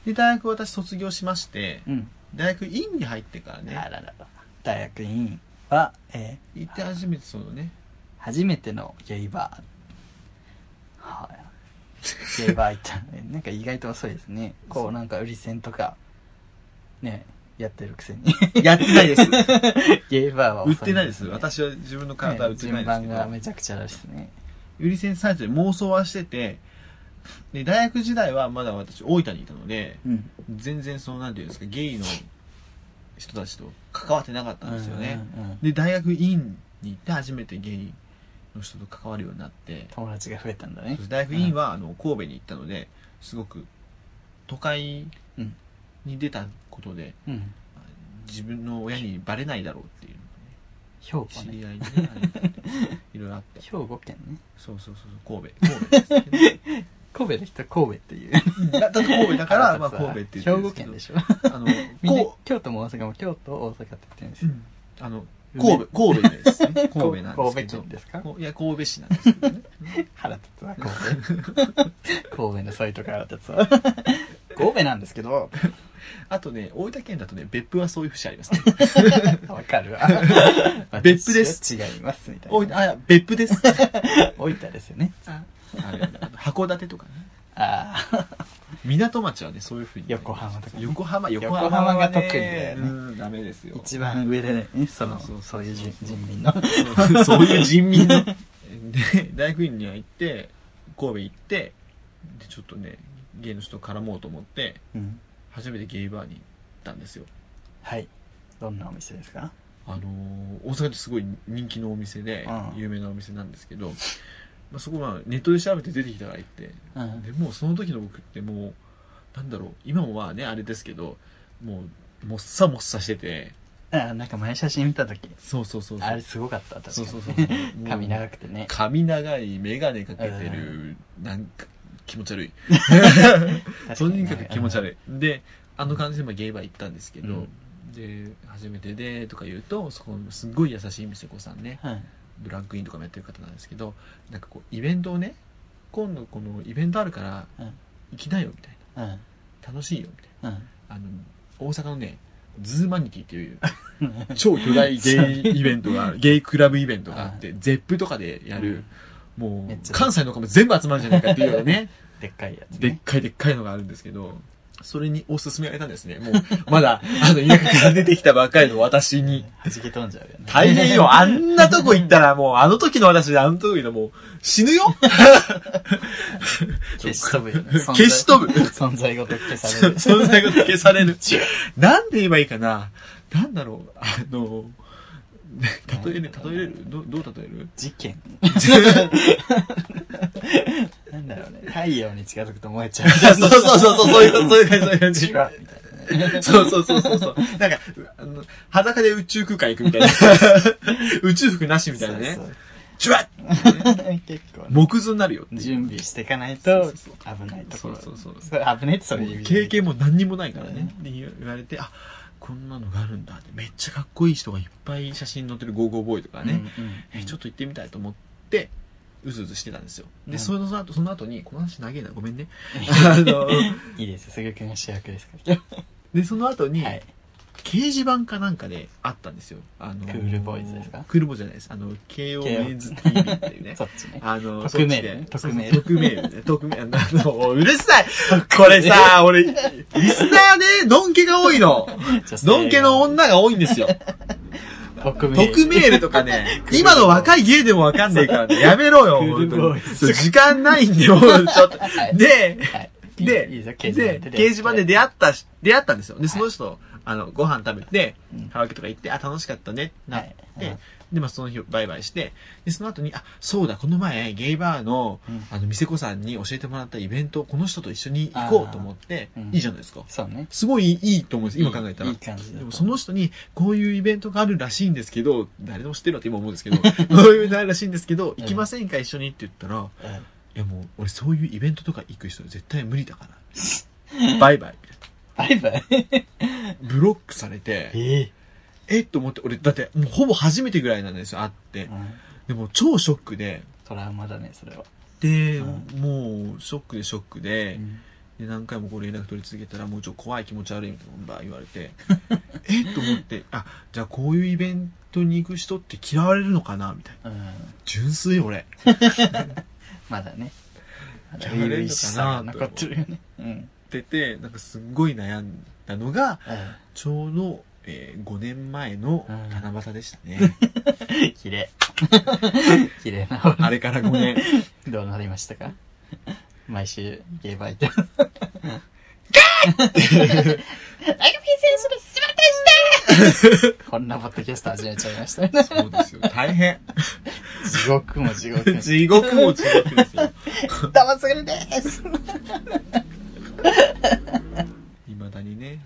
B: で、大学私卒業しまして、
A: うん
B: 大学院に入ってから
A: あら
B: ね、
A: らら大学院は、えー
B: 行って初めてその [laughs] ね、
A: 初めてのゲイバーはいゲイバー行ったのね [laughs] なんか意外と遅いですねこうなんか売り線とかねやってるくせに [laughs]
B: やってないです。
A: ゲイバーは遅
B: 売
A: い
B: ってないです。
A: ね
B: 私は自分の
A: ね
B: 体は売ってな
A: 順
B: いです
A: 番
B: け
A: が
B: ど、
A: めちゃくちゃですね
B: 売り線サイトで妄想はしてて、で、大学時代はまだ私、大分にいたので、
A: うん
B: 全然その、なんていうんですか、ゲイの人たちと関わってなかったんですよね。
A: うんうんうん
B: で、大学院に行って初めてゲイの人と関わるようになって、
A: 友達が増えたんだね
B: 大学院はあの神戸に行ったのですごく都会
A: うん
B: に出たことで
A: うん
B: 自分の親にバレないだろうっていう
A: 兵庫
B: 知
A: ね
B: り合いにね
A: [laughs]
B: あれみたいないろいろあって
A: 兵庫県ね
B: そうそうそうそう神戸神戸ですけ
A: 神戸の人神戸っていう
B: どだだ [laughs] って神戸だ
A: [laughs]
B: からまあ
A: 腹立つわ
B: 神戸って言っ
A: 兵庫
B: てるんですけ
A: 県
B: ど
A: でしょ
B: あの
A: みんな
B: こ
A: 京都も大阪も京都大阪って言ってるんです
B: う
A: よ
B: うんあの神戸神戸です
A: [laughs]
B: ね神戸なんで
A: 神
B: すけ
A: 戸
B: ど
A: 県ですか
B: こいや神戸市なんですけどね [laughs]
A: 腹立つわ神 [laughs] 戸神戸のそういうとこ腹立つわ神戸なんですけ [laughs] ど
B: あとね大分県だとね別府はそういう節ありますね
A: わか [laughs] るわ
B: 別府です
A: 私は違いますみた
B: 大
A: い
B: 分
A: な
B: あいや別
A: [laughs]
B: 府です
A: 大分ですよね
B: あれあと函館とかね
A: ああ
B: 港町はねそういうふうに
A: 横浜とかね
B: 横浜横
A: 横浜が
B: はね
A: 特にだよね
B: うんダメですよ
A: 一番上でねその
B: そうそ
A: そ
B: うそう
A: ういう人人民の
B: [laughs] そうそういう人民ので大学院には行って神戸行ってでちょっとね芸の人と絡もうと思って
A: うん
B: 初めてゲイバーに行ったんですよ
A: はいどんなお店ですか
B: あのー大阪ですごい人気のお店で
A: うん
B: 有名なお店なんですけど、まあ、そこはネットで調べて出てきたから行って
A: うん
B: でもうその時の僕ってもうなんだろう今もまあねあれですけどもうもっさもっさしてて
A: あーなんか前写真見た時
B: そうそうそうそう
A: あれすごかった確かに
B: そうそう [laughs] そうそう
A: [laughs] 髪
B: もう
A: 長くてね
B: 髪長い眼鏡かけてるなんか気持ち悪い
A: 確
B: と
A: に
B: に
A: ね
B: かく気持ち悪いであの感じでまあゲイバー行ったんですけど、
A: うん
B: で初めてでとか言うとそこのすっごい優しい店子さんね
A: はい
B: ドラッグインとかもやってる方なんですけどなんかこうイベントをね今度このイベントあるから
A: うん
B: 行きなよみたい
A: うん
B: な楽しいよみたい
A: うん
B: なあの大阪のねズーマニティっていう [laughs]
A: うん
B: 超巨大ゲイイベントがある、ゲイクラブイベントがあって、ゼップとかでやる、も
A: めっち
B: う、
A: ゃ
B: 関西の子も全部集まるんじゃないかっていうようなね、
A: でっかいやつ
B: でっ
A: ね
B: かいでっかいのがあるんですけど、それにお勧められたんですね。もう、まだ、あの、田舎から出てきたばっかりの私に。
A: はじけ飛んじゃうよね
B: 大変よ、あんなとこ行ったらもう、あの時の私、あの時のもう、死ぬよ
A: 消し飛ぶよね。存在
B: [laughs] 消し飛ぶ
A: 存在ごと消される。
B: 存在ごと消され
A: [laughs]
B: る。なんで言えばいいかななんだろう、あの、例える、例えれるどどう例える
A: 事
B: [laughs]
A: 件。なんだろうね。太陽に近づくと燃え
B: [laughs]
A: ちゃう。
B: いやそうそうそうそう、そうい
A: [laughs]
B: う感じ、そういう感じ、そういう感
A: みたいなね
B: じ。そうそうそうそうそう。なんか、あの、裸で宇宙空間行くみたい
A: [laughs]
B: な。宇宙服なしみたいなね
A: そう。そう
B: チュワッ
A: [laughs] 結構ね。
B: 木図になるよっていう
A: 準備していかないと
B: そうそう
A: 危ないところ。
B: そうそうそう
A: れ危ないってそういう意味
B: 経験も何にもないからね
A: う。
B: で言われて、あ、こんなのがあるんだって。めっちゃかっこいい人がいっぱい写真載ってるゴーゴーボーイとかね。
A: うんうん
B: え、ちょっと行ってみたいと思って、うずうずしてたんですよ。で、
A: うん
B: その後、その後に、この話長えな、ご
A: [laughs]
B: めんね。あの、
A: いいですよ。すぐくんが主役ですから。
B: で、その後に、
A: はい。
B: 掲示板かなんかであったんですよ。あの
A: クールボーイズですか
B: クールボーイズじゃないです。あの、
A: 慶応
B: KO メンズ TV っていうね
A: そ。っちね。
B: あ
A: 匿
B: の、
A: 名
B: そっち
A: 匿
B: で
A: 名
B: そうそう匿名でね。匿名。あの、うるさいこれさ、俺、リスナーね、のんけが多いの。のんけの女が多いんですよ。
A: 匿名。
B: 匿メールとかね、
A: [laughs]
B: 今の若い芸でもわかんないからね、やめろよ、
A: クール
B: 本
A: ボ
B: 当
A: ーイ
B: に。
A: ズ
B: そう時間ないんで、もう、ちょっと。
A: はい
B: で、
A: はい。いい
B: で、
A: いいですよ。
B: で、掲示板で
A: 出会
B: 出会ったし、出会ったんですよ。で、その人、あの、ご飯食べて
A: うん、
B: カラオケとか行って、あ、楽しかったね、なって、
A: はいうん
B: で、まあ、その日、バイバイして、で、その後に、あ、そうだ、この前、ゲイバーの、
A: うん
B: あの、店子さんに教えてもらったイベント、この人と一緒に行こうと思って
A: あーう、ん
B: いいじゃないですか。
A: そうね。
B: すごいいいと思うんです、今考えたら。
A: いいいい感じだと思う
B: でもその人に、こういうイベントがあるらしいんですけど、誰でも知ってるわって今思うんで
A: [laughs]
B: すけど、こういうのあるらしいんですけど、行きませんか、一緒にって言ったら、いやもう、俺そういうイベントとか行く人絶対無理だから。 [laughs] バイバイ。
A: バイバイ。
B: ブロックされて、
A: え
B: えっと思って、俺、だって、もうほぼ初めてぐらいなんですよ、会って
A: え。うん
B: でも、超ショックで、
A: トラウマだね、それは。
B: で、
A: う
B: もう、ショックでショックで
A: う、ん
B: で何回もこう連絡取り続けたらもうちょっと怖い気持ち悪いみたいなバー言わ
A: [laughs]
B: れてえっと思ってあじゃあこういうイベントに行く人って嫌われるのかなみたいな
A: うん
B: 純粋俺
A: まだね。まだ
B: や
A: 初
B: れるのかな
A: 々しさが残ってるよね。うん。
B: 出てなんかすっごい悩んだのがちょうど、えー5年前の
A: うん
B: 七夕でした
A: [laughs]
B: ね
A: [laughs] 綺麗。 [laughs] 綺麗な方
B: あれから5年
A: どうなりましたか [laughs] 毎週、ゲイバイト。ガ [laughs] ーアルフィー選手です。すませんでした [laughs] こんなポッドキャスト始めちゃいま
B: [laughs]
A: したね。
B: そうですよ大変
A: 地獄も地獄も。
B: [laughs] 地獄も地獄ですよ
A: 騙されです。
B: いまだにね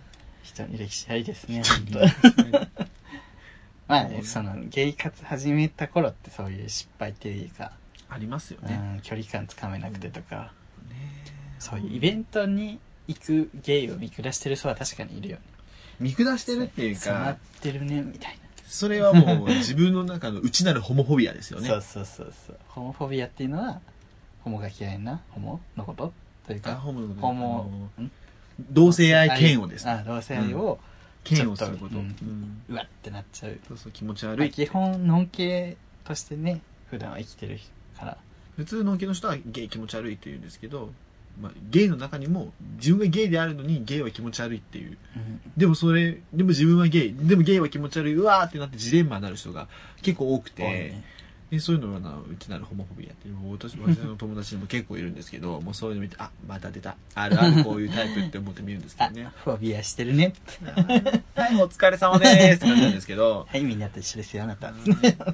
A: 人に歴史ありですね、本当 [laughs] まあね、その、ゲイ活始めた頃ってそういう失敗っていうか、
B: ありますよ
A: う
B: ね
A: ん、距離感つかめなくてとか、
B: ね
A: そういうイベントに行くゲイを見下してる人は確かにいるよね。
B: 見下してるっていう
A: 染ま
B: か
A: ってるね、みたいな。
B: それはもう自分の中の内なるホモフォビアですよね
A: そうそうそうそうホモフォビアっていうのはホモが嫌いなホモのことという
B: あ
A: か
B: ホモのこと
A: ホモ
B: あの
A: ん
B: 同性愛嫌悪ですね
A: あ同性愛を、
B: 嫌悪すること、
A: ちょっとうん
B: うん
A: うわってなっちゃう、
B: そうそう気持ち
A: ま
B: 悪
A: あ
B: い
A: 基本のんけとしてね普段は生きてるから
B: 普通のゲイの人はゲイ気持ち悪いって言うんですけど、まあ、ゲイの中にも自分がゲイであるのにゲイは気持ち悪いっていう
A: うん
B: でもそれでも自分はゲイでもゲイは気持ち悪いうわーってなってジレンマになる人が結構多くて、
A: 多いね
B: でそういうのがなうちなるホモフォビアっていうのを私私の友達にも結構いるんですけどもうそういうの見てあまた出たあるあるこういうタイプって思って見るんですけ
A: あ
B: ど [laughs] ね
A: フォビアしてるね
B: はいお疲れ様ですって感じなんですけど
A: はいみんなと一緒ですよあなた
B: [laughs]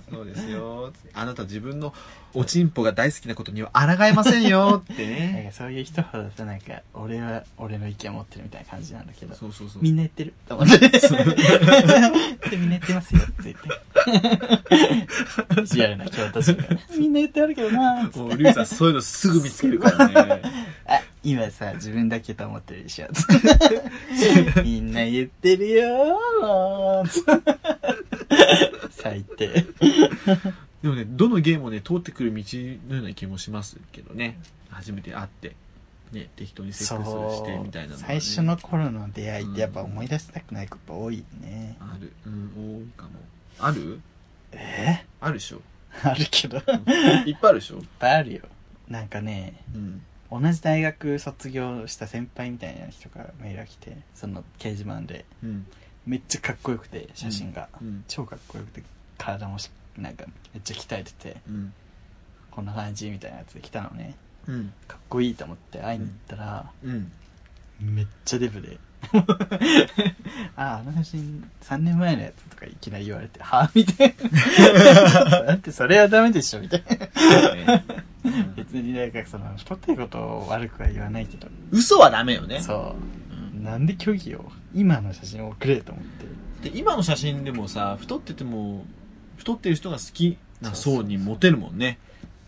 B: そうですよ。あなた自分のおちんぽが大好きなことには抗えませんよって
A: なん
B: ね。 [laughs]
A: かそういう人ほどとなんか俺は俺の意見を持ってるみたいな感じなんだけど
B: そうそうそう。
A: みんな言ってる [laughs] と思ってでみんな言ってますよって言って意地悪な京都人がみんな言ってあるけどな
B: [laughs] もう、リュウさんそういうのすぐ見つけるからね。
A: あ、今さ、自分だけと思ってるでしょ。みんな言ってるよー。最低。
B: でもね、どのゲームもね、通ってくる道のような気もしますけどね。初めて会って、ね、適当にセックスをしてみたいなのがね
A: 最初の頃の出会いってやっぱ思い出したくないこと多いね。
B: ある。うん、多いかも。ある
A: え
B: あるでしょ。 [laughs]
A: あるけど。いっ
B: うんいっぱいあるでしょ。
A: ぱいあるよ。なんかね、
B: うん。
A: 同じ大学卒業した先輩みたいな人からメールが来て、その掲示板で、
B: うん。
A: めっちゃかっこよくて、写真が。
B: うん。
A: 超かっこよくて、体もしなんかめっちゃ鍛えてて。
B: うん。
A: こんな感じみたいなやつで来たのね
B: うん。
A: かっこいいと思って会いに行ったら、
B: うん。
A: めっちゃデブで [laughs] ああの写真3年前のやつとかいきなり言われてはあみたい
B: [laughs]
A: なだってそれはダメでしょみたいな
B: そうねうん
A: 別になんかその太ってることを悪くは言わないけど
B: 嘘はダメよね。
A: そううんなんで虚偽を今の写真を送れと思って
B: で今の写真でもさ太ってても太ってる人が好きな層にモテるもんね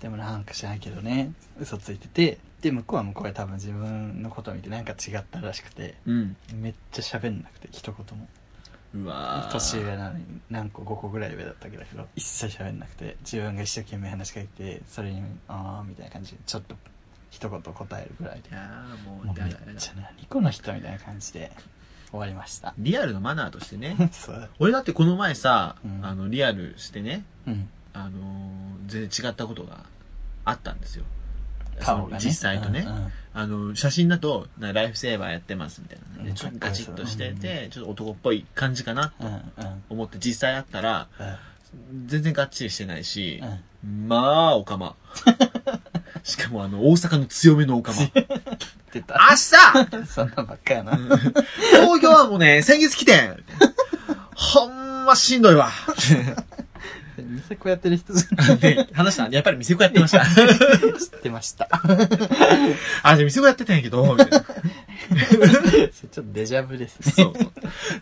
A: でもなんか知らんけどね嘘ついててで向こうは向こうで多分自分のことを見てなんか違ったらしくて
B: うん
A: めっちゃ喋んなくて一言も
B: うわー
A: 年上なのに何個5個ぐらい上だったわけだけど一切喋んなくて自分が一生懸命話しかけてそれに「ああ」みたいな感じでちょっと一言答えるぐらいで
B: いやーも
A: もう
B: うだ
A: め
B: だ
A: っ
B: だ
A: ちゃ何この人みたいな感じで終わりました
B: リアルのマナーとしてね
A: [laughs] そう
B: 俺だってこの前さ、
A: うん
B: あのリアルしてね
A: うん
B: あのー全然違ったことがあったんですよ
A: 顔がね
B: その実際とね、
A: うんうん
B: あの写真だとなライフセーバーやってますみたいな
A: う
B: で
A: ん
B: ちょっとガチッとして
A: かっこいい
B: て、ちょっと男っぽい感じかな
A: うんうん
B: 思って実際あったら全然がっちりしてないし、
A: うん [laughs]
B: まあ、おかま。しかもあの、大阪の強めのおかま。
A: ってた。
B: 明
A: そんなばっかやな。
B: 日東京はもうね、先月来てんほんましんどいわ。
A: ニセコやってる人じゃ
B: で、話したやっぱり店子やってま [laughs] した。
A: [laughs] 知ってました。
B: あ、じゃあ店子やってたんやけど、みたいな。
A: それちょっとデジャブですね。
B: そう。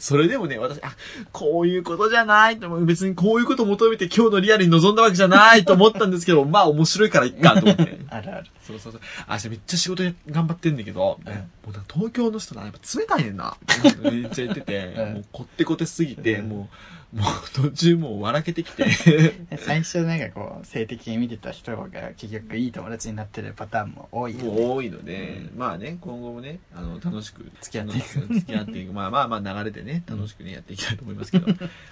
B: それでもね、私、あ、こういうことじゃないと思う。別にこういうことを求めて今日のリアルに臨んだわけじゃないと思ったんですけど、まあ面白いからいっかと思って。
A: あるある。
B: そうそうそう。あ、じゃあめっちゃ仕事や頑張ってんだけど、
A: うん
B: もうなんか東京の人な、やっぱ冷たいねんな。めっちゃ言ってて、
A: うん
B: もうこってこてすぎて、
A: うん
B: もう、もう途中もう笑けてきて。
A: 最初なんかこう、性的に見てた人が結局いい友達になってるパターンも多いよ
B: も
A: ね。
B: う多いので、まあね、今後もね、あの、楽しく
A: 付き合ってい
B: く。付き合っていく。まあまあまあ流れでね、楽しくね、やっていきたいと思いま
A: [laughs]
B: すけど、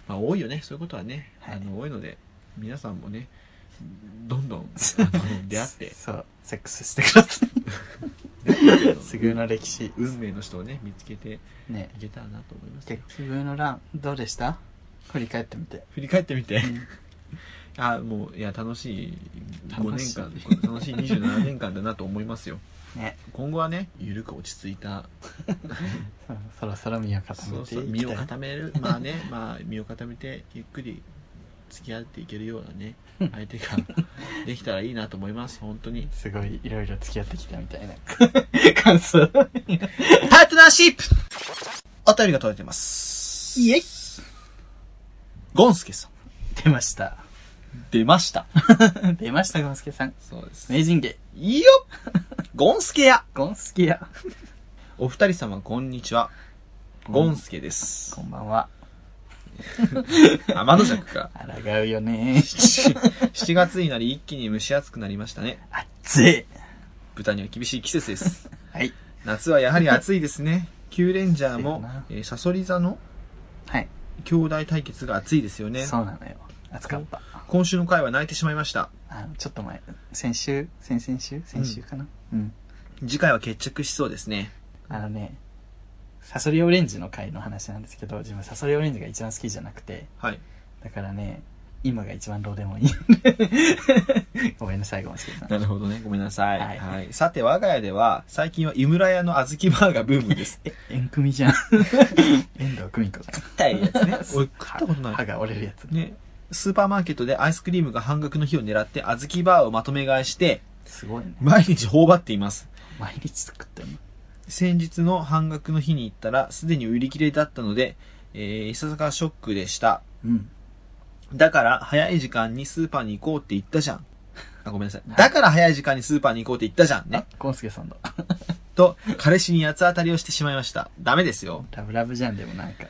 B: まあ多いよね、そういうことはね、
A: はい
B: あの、多いので、皆さんもね、どんどん、あの、出
A: [laughs]
B: 会って、
A: そう、セックスしてください。
B: [laughs]
A: すぐの歴史。
B: 運命の人をね、見つけてい
A: ね
B: けたらなと思いますよ
A: 結。局の欄、どうでした振り返ってみて。
B: 振り返ってみて
A: ん。
B: [laughs] あもう、いや、楽しい5
A: 楽し
B: 年
A: い
B: 間、楽しい27年間だなと思いますよ。
A: ね。
B: 今後はね、ゆるく落ち着いた
A: そそろそろ身を固
B: そう
A: めて
B: そう
A: いき
B: 身を
A: たい。
B: 固めるまあねまあ身を固めてゆっくり付き合っていけるようなね相手ができたらいいなと思います本当に
A: すごい、いろいろ付き合ってきたみたいな感想。
B: パートナーシップお便りが届いてます
A: イエイ
B: ゴンスケさん
A: 出ました。
B: 出ました
A: 出ました、ゴンスケさん。
B: そうです
A: 名人芸、
B: いいよゴンスケや
A: ゴンスケや。
B: お二人様こんにちはゴンスケです
A: こんばんは。
B: 天の尺か
A: 抗うよね。 [laughs]
B: 7月になり一気に蒸し暑くなりましたね
A: あっつい。
B: 豚には厳しい季節です
A: はい。
B: 夏はやはり暑いです [laughs] ね。キレンジャー
A: 暑い
B: も
A: よな、
B: えーサソリ座の
A: はい。
B: 兄弟対決が熱いですよね。
A: そうなのよ。暑かった。
B: 今週の回は泣いてしまいました。
A: あの、ちょっと前、先週、先々週先週かな、うん、
B: 次回は決着しそうですね。
A: あのね、サソリオレンジの回の話なんですけど、自分サソリオレンジが一番好きじゃなくて、
B: はい。
A: だからね、今が一番どうでもいい。 [laughs] ごめんなさい、ごめんなさい。
B: なるほどね。ごめんなさい。
A: はい
B: はい。さて、我が家では、最近は井村屋の小豆バーがブームです。
A: え、縁組じゃん。遠藤久美子じゃん。
B: [laughs] 痛いやつ
A: [laughs]
B: ね。俺食ったことな
A: 歯
B: い。
A: が折れるやつ。
B: ね。スーパーマーケットでアイスクリームが半額の日を狙って、小豆バーをまとめ買いして、
A: すごいね。
B: 毎日頬張っています。
A: 毎日作ってんの。
B: 先日の半額の日に行ったら、すでに売り切れだったので、えー、いささかショックでした。
A: うん。
B: だから早い時間にスーパーに行こうって言ったじゃ
A: [laughs]
B: ん。あ、ごめんなさい。だから早い時間にスーパーに行こうって言ったじゃんね
A: あ。、ゴンスケさんだ。
B: と、彼氏に八つ当たりをしてしまいました。ダメですよ。
A: ラブラブじゃん、でもなんか。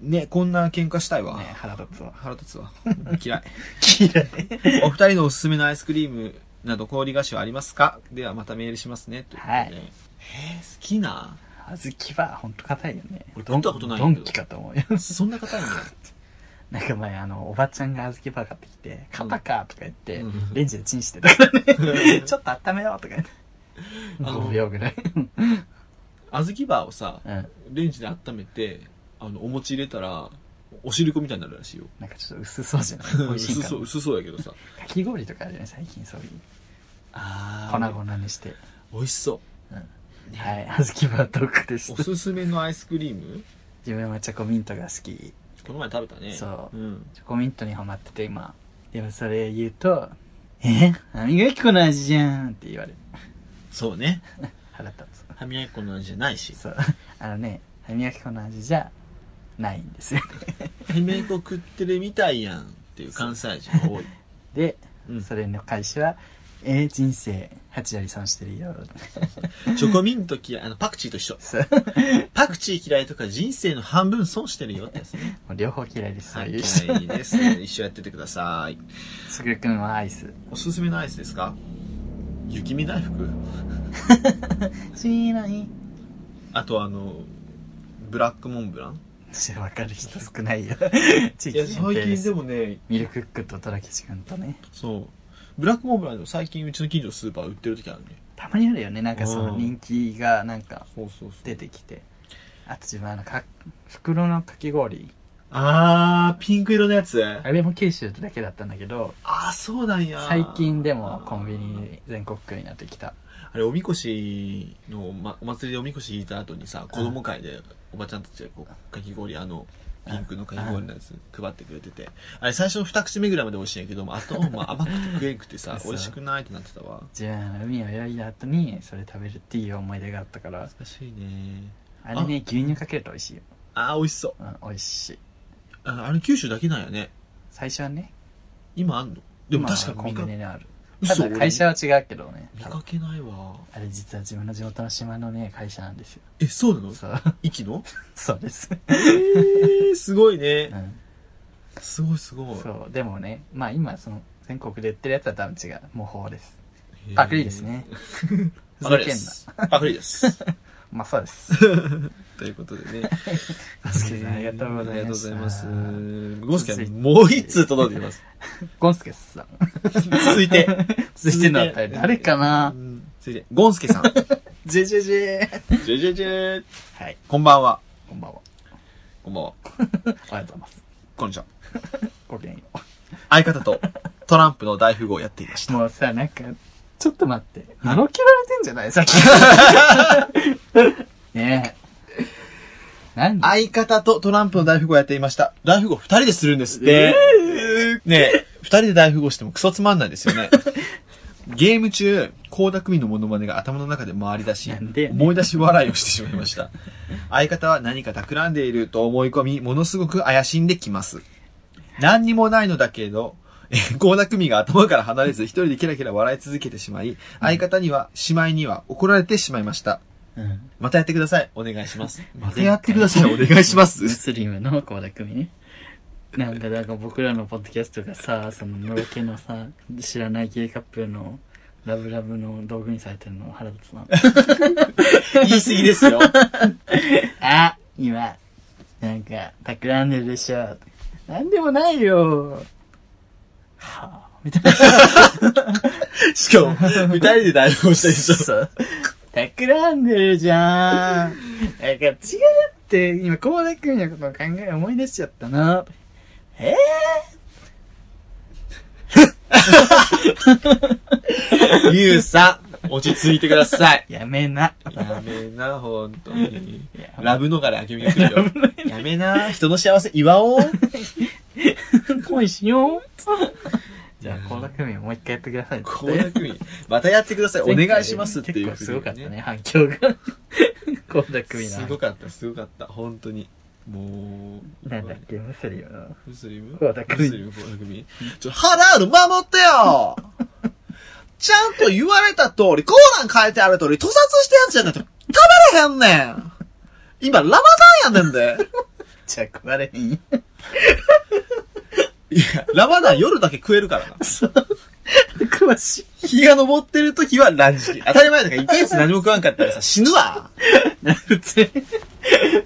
B: ね、こんな喧嘩したいわ。
A: ね、腹立つわ。
B: 腹立つわ。嫌い。 [laughs]
A: 嫌い。
B: お二人のおすすめのアイスクリームなど氷菓子はありますかではまたメールしますね。ということで。
A: はい
B: えー、好きな
A: 小豆はほんと硬いよね。
B: 俺食ったこと
A: ドン
B: ないんだけど
A: ドンキかと思うよ。 [laughs]
B: そんな硬いんだよ。
A: なんか前、あの、おばちゃんが小豆バー買ってきて、肩かとか言って、
B: うん
A: レンジでチンしてたから
B: [laughs]
A: ね、ちょっと温めようとか言って。
B: あの
A: 5秒ぐらい。
B: 小豆バーをさ、
A: うん。
B: レンジで温めて、あの、お餅入れたら、お汁粉みたいになるらしいよ。
A: なんかちょっと薄そうじゃない [laughs] 美味しい
B: 薄
A: か
B: そう、
A: ら。
B: 薄そうやけどさ。
A: かき氷とかあるよね、最近そういう。
B: あ
A: 粉々にして。
B: 美味しそ
A: うん。はい、小豆バートークで
B: う
A: し
B: お
A: た。
B: すすめのアイスクリーム
A: 自分はチョコミントが好き。
B: この前食べたね
A: そう
B: うん、
A: チョコミントにハマってて今。でもそれ言うと、え歯磨き粉の味じゃんって言われる。
B: そうね
A: 腹立つ。
B: 歯磨き粉の味じゃないし
A: そう。あのね、歯磨き粉の味じゃないんですよ。
B: [laughs] 歯磨き粉食ってるみたいやんっていう関西人が多 [laughs] い
A: で、
B: うん
A: それの開始は、えー、人生8割損してるよ。
B: チョコミント嫌いあのパクチーと一緒
A: そう。
B: パクチー嫌いとか人生の半分損してるよってやつね
A: もう両方嫌いです、そういう人。
B: はいです一緒やっててください
A: すぐくんはアイス。
B: おすすめのアイスですか雪見大福
A: しない。
B: あとあのブラックモンブラン
A: ちょわかる人少ない
B: [laughs]
A: よ。地
B: いや
A: 域限定
B: 最
A: で
B: 近
A: す
B: で。もね
A: ミルクックとトラキチくんとね。
B: そうブラックモンブランでも最近うちの近所のスーパー売ってる時あるね
A: たまにあるよね、なんかその人気がなんか
B: そうそうそう
A: 出てきて。あと自分あのか、袋のかき氷。
B: あー、ピンク色のやつ
A: あれも九州だけだったんだけど、
B: あー、そうなんや。
A: 最近でもコンビニ全国区になってきた。
B: あれ、おみこしの、ま、お祭りでおみこし引いた後にさ、子供会で、おばちゃんたちがこう、かき氷、あの、ピンクのかき氷のやつ配ってくれてて、あれ最初の二口目ぐらいまで美味しいん
A: [laughs]、
B: やけども、あと、まあ、甘くて食えんくてさ
A: そう
B: 美味しくないってなってたわ。
A: じゃあ海を泳いだ後にそれ食べるっていう思い出があったから
B: 懐かしいね。
A: あれね牛乳かけると美味しいよ、
B: あー、美味しそう。
A: うん、美味しい
B: ああれ九州だけなんやね。
A: 最初はね
B: 今あんのでも
A: 今は
B: 確か
A: コ
B: 見
A: ン
B: か
A: ビニにあるた
B: 嘘
A: だ会社は違うけどね
B: 見
A: 多
B: か
A: 分
B: けないわ。
A: あれ実は自分の地元の島のね会社なんですよ
B: え、そうなの
A: そう [laughs]
B: 息の [laughs]
A: そうです、
B: えー、すごいうね。
A: ん、
B: すごいすごい。
A: そうでもねまあ今その全国で売ってるやつは多分違う模倣です
B: へー
A: パクリです
B: [laughs]
A: ね。ふ
B: パク
A: ざ
B: リ
A: けん
B: で
A: な
B: す。パクリです。 [laughs]
A: まあそうです
B: ということでね。
A: バスケさんありがとうございました
B: ありがとうございます。ゴンスケ
A: 続いて
B: もう一通届いて [laughs] ます。
A: ゴンスケさん
B: 続いて。
A: 続いてのあたり誰かな
B: うん続いて、ゴンスケさん。
A: ジェジェジェ
B: じゅじゅじゅ
A: はい
B: こんばんは。
A: こんばんは
B: こんばんは。
A: ありがとうございます
B: こんにちは。
A: ごきげんよ
B: 相方とトランプの大富豪をやっていまし
A: う
B: た。
A: もうさなんかちょっと待ってのけられてんじゃない [laughs] さっきねえなんで
B: 相方とトランプの大富豪をやっていました。大富豪二人でするんですって。ねえ、二人で大富豪してもクソつまんないですよね。ゲーム中、高田組のモノマネが頭の中で回り出し
A: なんでや、ねん
B: 思い出し笑いをしてしまいました。相方は何か企んでいると思い込み、ものすごく怪しんできます。何にもないのだけど、え高田組が頭から離れず一人でキラキラ笑い続けてしまい、相方には、しまいには怒られてしまいました。
A: うん
B: またやってください。お願いします。ま
A: たやってくだ
B: さい。お願いしま
A: ム。スリムの倖田組ねなんかだから僕らのポッドキャストがさそののろけのさ知らないゲイカップルのラブラブの道具にされてるの腹立つな
B: 言い過ぎですよ。
A: あ、今、なんか、企んでるでしょ。なんでもないよ。はぁ、みたいな。
B: しかも、二人で代表したりし
A: そう。企んでるじゃん。なんか違うって、今、コーダ君のことを考え、思い出しちゃったな。えぇ、
B: ょ。 [laughs] ゆうさん、落ち着いてください。
A: やめな。
B: やめな、ほんとに
A: いや。
B: ラブのがら明美が来るよ。やめな、人の幸せ祝おう。
A: 恋しよう。じゃあ、コーダ君もう一回やってくださいって。
B: 高田組、またやってください。お願いしますっていう
A: 結構すごかった
B: 風に
A: ね、反響が。コーダ君の
B: す
A: 反
B: ご
A: 響。
B: かった、すごかった。本当に。もう、
A: なんだっけ、ムスリムの。
B: ムスリム
A: 倖田來未
B: ムスリム、倖田來未ちょ、ハラール守ってよちゃんと言われた通り、コーラン書いてある通り、屠殺したやつじゃないと食べれへんねん今、ラマダンやねんで。
A: じゃあ、壊れへんよ。
B: いや、ラマダン夜だけ食えるからな。
A: そう。詳しい。
B: 日が昇ってる時は乱食。当たり前だから、1ヶ月何も食わんかったらさ、死ぬわ
A: [laughs] 普通に、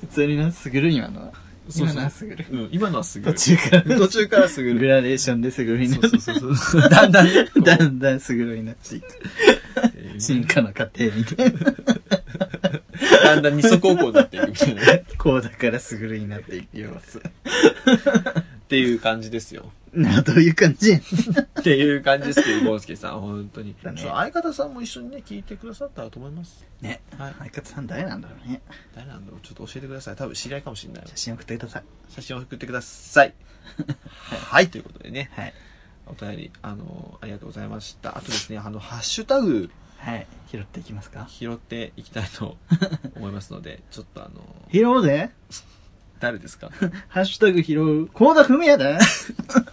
A: 普通にな、すぐる今のは。今のはすぐる。
B: うん、今のはすぐ
A: 途
B: る。
A: 中から。
B: 途中からすぐ
A: グ
B: る。
A: ラデーションですぐるにな
B: そう
A: る。
B: そうそうそう。だんだんね、こう
A: だんだんすぐるになっていく。
B: [laughs]
A: 進化の過程みたいな。
B: だんだん二足歩行になっていくみたいなね。
A: こうだからすぐるになっていく様子。
B: っていう感じですよ。
A: なあ、どういう感じ
B: っていう感じですけど、ゴンスケさん、本当に。
A: だね
B: そう相方さんも一緒にね、聞いてくださったらと思います。
A: ね。
B: はい。
A: 相方さん誰なんだろうね。
B: 誰なんだろうちょっと教えてください。多分知り合いかもしれない。
A: 写真送ってください。
B: 写真を送ってくだ
A: [laughs]
B: さい。はい、ということでね、
A: はい。
B: お便り、あの、ありがとうございました。あとですね、あの、ハッシュタグ
A: はい。拾っていきますか
B: 拾っていきたい
A: [laughs]
B: と思いますので、ちょっとあの、
A: 拾おうぜ
B: 誰ですか
A: ハッシュタグ拾う。コーダ踏みやで
B: [laughs]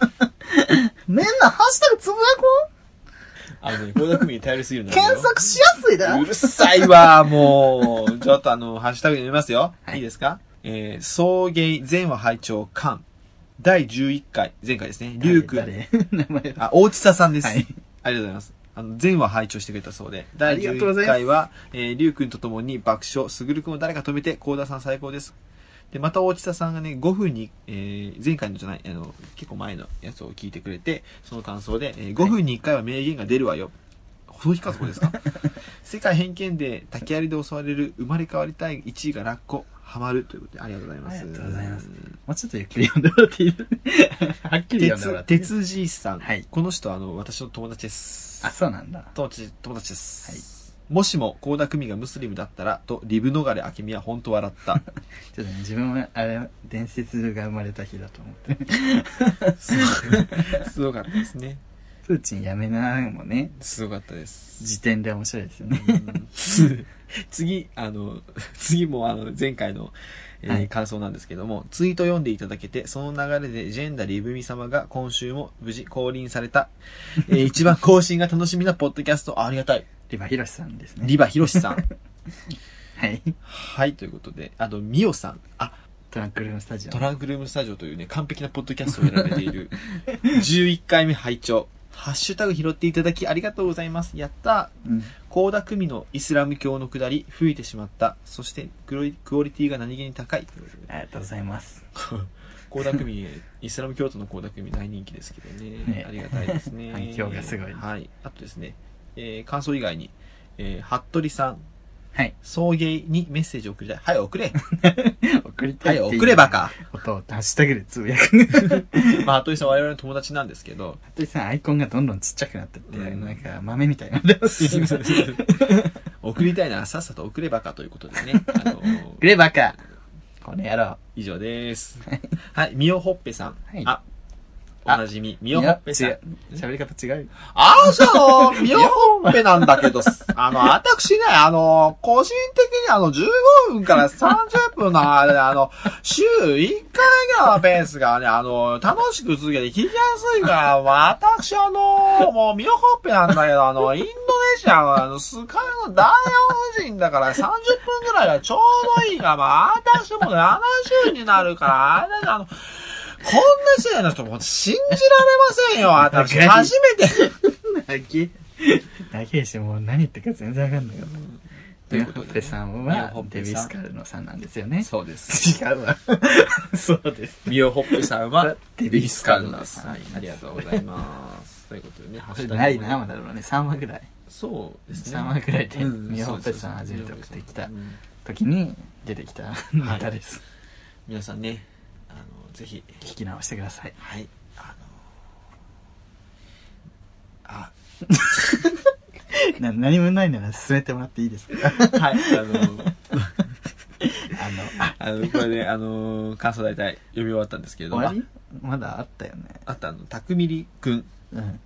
A: みんなハッシュタグつぶやこ
B: あのね、倖田組に頼りすぎる
A: う
B: のはやめ
A: 検
B: よ
A: 索しやすいで
B: うるさいわ、もう。ちょっとあの、ハッシュタグ読みますよ。
A: はい
B: い、いですかえー、送迎全話拝聴館。第11回、前回ですね。リュウ君。
A: 誰誰名前
B: あ、大地田さんです。
A: はい
B: ありがとうございます。あの、全話拝聴してくれたそうで。第
A: ありがとうござ
B: 11
A: います
B: 回は、えー、リュウ君と共に爆笑、すぐる君を誰か止めて、高田さん最高です。で、また大地田さんがね、5分に、えー、前回のじゃない、あの、結構前のやつを聞いてくれて、その感想で、えー5分に1回は名言が出るわよ。細木和
A: [laughs]
B: 子ですか世界偏見で竹槍で襲われる生まれ変わりたい1位がラッコハマるということでありがとうございます
A: ありがとうございますもうちょっとゆっくり読んでもらっていいはっきり読んでもら
B: 鉄
A: っていい
B: 鉄じいさん、
A: はい
B: この人はあの私の友達です
A: あ、そうなんだ。
B: 友達友達です、もしも、高田久美がムスリムだったら、と、リブ逃れ明美は本当笑 [laughs] った。
A: ちょっとね、自分もあれ、伝説が生まれた日だと思って。
B: [laughs] すごかったですね。
A: プーチンやめなーもね、
B: すごかったです。
A: 時点で面白いですよね。
B: 次、あの、次もあの、前回の、えー
A: はい
B: 感想なんですけども、ツイート読んでいただけて、その流れでジェンダリブミ様が今週も無事降臨された、え [laughs] ー一番更新が楽しみなポッドキャスト、ありがたい。
A: リバヒロシさんですね。
B: リバヒロシさん。
A: はい。
B: はい、ということで、あと、ミオさん。あ、
A: トランクルームスタジオ
B: ト。ランクルームスタジオというね、完璧なポッドキャストをやられて
A: [laughs]
B: いる、11回目拝聴。ハッシュタグ拾っていただきありがとうございます。やった
A: うん。
B: 高田久美のイスラム教の下り、吹いてしまった。そしてクロリ、クオリティが何気に高い。
A: ありがとうございます。
B: 高田久美、イスラム教徒の高田久美大人気ですけどね。
A: ね
B: ありがたいです
A: [laughs]
B: ね。
A: 反響がすごい
B: はい。あとですね、えー感想以外に、えー、服部さん、
A: はい。
B: 送迎にメッセージ送りたい。は
A: [laughs]
B: い、送れ。
A: 送りた
B: はいい、
A: っていう
B: 送れば。か。
A: 音をハッシュタグでつぶやく。
B: まあ、服部さん我々の友達なんですけど、
A: 服部さん、アイコンがどんどんちっちゃくなってって、
B: うん
A: なんか豆みたいになってます。送
B: [laughs] 送りたいならさっさと送ればかということでね。あのー
A: ればか。この野郎。
B: 以上です。はい、みおほっぺさん。
A: はい
B: あ、お
A: あ
B: なじみ、みおほっぺさ
A: い
B: ん
A: や。違う喋り方違う。
B: あのさ、みおほっぺなんだけど、あの、私ね、あの、個人的にあの、15分から30分のあれ、あの、週1回がペースがね、あの、楽しく続けて聞きやすいから、私あの、もうみおほっぺなんだけど、あの、インドネシアのあの、スカイの大王人だから30分ぐらいがちょうどいいが、まあ、私も70になるから、あれだけどあの、こんな世代の人も信じられませんよ、私。初めて。
A: だけ。だけし、もう何言ってるか全然わかんないかった。
B: と
A: と
B: い
A: いうう
B: ことでね
A: さん
B: ミオ
A: は
B: ホ
A: デ
B: ッ、ペ
A: ビ
B: さん
A: スカルのさんなんですよね。
B: そうです。 [laughs]
A: 違うわ。 [laughs] そうです。
B: ミオホップさんは、
A: デ
B: ビ
A: ビ
B: ス
A: ス
B: カ
A: カ
B: ル
A: ル
B: ナ
A: ナさ
B: さん。
A: ん
B: はいありがとうございます。ということでね、ハッシュタグ
A: [laughs] ないな、まだろうね。3話ぐらい。
B: そうですね。
A: 3話ぐらいで、
B: うん
A: ミオホッペさん初めて送ってきた時に出てきたネタです。
B: 皆さんね、あの、ぜひ、
A: 聞き直してください。
B: はい、あの、あ、
A: な何もないなら進めてもらっていいですか
B: はい、
A: [laughs]
B: あ
A: あの、
B: の、
A: [laughs] あ
B: あの、これね、あの、感想大体読み終わったんですけれど
A: 終
B: も、
A: わ
B: あ
A: りまだあったよね。
B: あとあの、たくみりくん。
A: うん。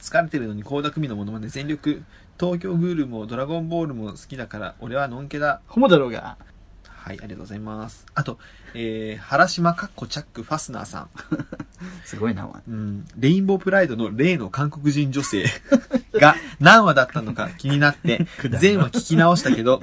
B: 疲れてるのに倖田來未のものまで全力。東京グールもドラゴンボールも好きだから、俺はのんけだ。
A: ホモだろうが。
B: はい、ありがとうございます。あと、えー、原島かっこチャックファスナーさん。
A: すごいな、お前。
B: うん、レインボープライドの例の韓国人女
A: [laughs]
B: 性が何話だったのか気になって、全話聞き直したけど、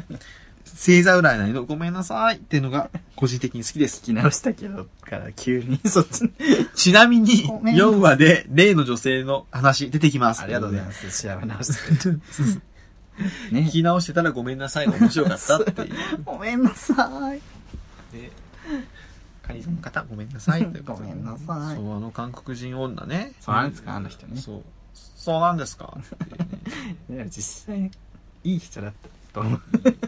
B: 星座占いのごめんなさいっていうのが個人的に好きです
A: 聞。き直したけど、から急にそっちに。
B: ちなみに、
A: ごめんなさい
B: 4話で例の女性の話出てきます。。
A: ありがとうございます [laughs] す。調べ直してくれて。ね
B: [laughs]
A: [laughs]
B: 聞。き直してたらごめんなさいが面白かったっていう。
A: ごめんなさい。
B: で、カニさんの [laughs] 方、ごめんなさいということで
A: ごめんなさい
B: そう、あの韓国人女ね。
A: そうなんですかあの人ね
B: そう。そうなんですかっていうね
A: でも実際、いい人だったと思う。
B: ぜ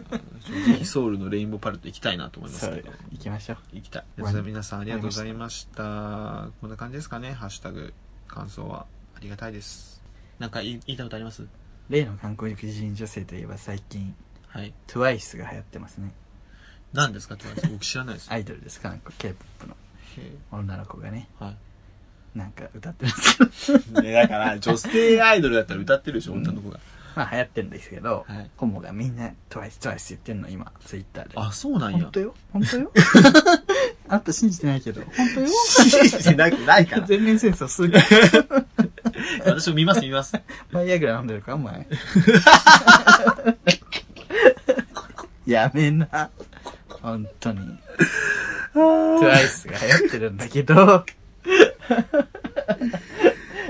B: ひソウルのレインボーパレット行きたいなと思います
A: そ
B: け
A: う
B: ど。、
A: 行きましょう。
B: 行きたい。それでは皆さんありがとうございました。こんな感じですかね、ハッシュタグ。感想はありがたいです。なんか言い言いたいことあります
A: 例の韓国人女性といえば最近、
B: はい。
A: TWICE が流行ってますね。
B: 何ですかって言われて僕知らないです。
A: アイドルですかなんか K-POP の
B: へ
A: 女の子がね、
B: ーはい。
A: なんか歌ってます
B: [laughs]
A: けど。
B: ねだから、女性アイドルだったら歌ってるでしょ、
A: うん
B: 女の子が。
A: まあ流行ってるんですけど、
B: はい
A: ホモがみんな TWICE、TWICE 言ってんの今、Twitter で。
B: あ、そうなんや
A: 本当。よ本当よ [laughs] あんた信じてないけど、本当よ
B: 信じてなく [laughs] ないか
A: [laughs]
B: ら。
A: 全面戦争す
B: [laughs]
A: るから。
B: 私も見ます見ます。
A: バイアグラ飲んでるかお
B: [laughs]
A: 前。やめな。本当に。トワイスが流行ってるんだけど、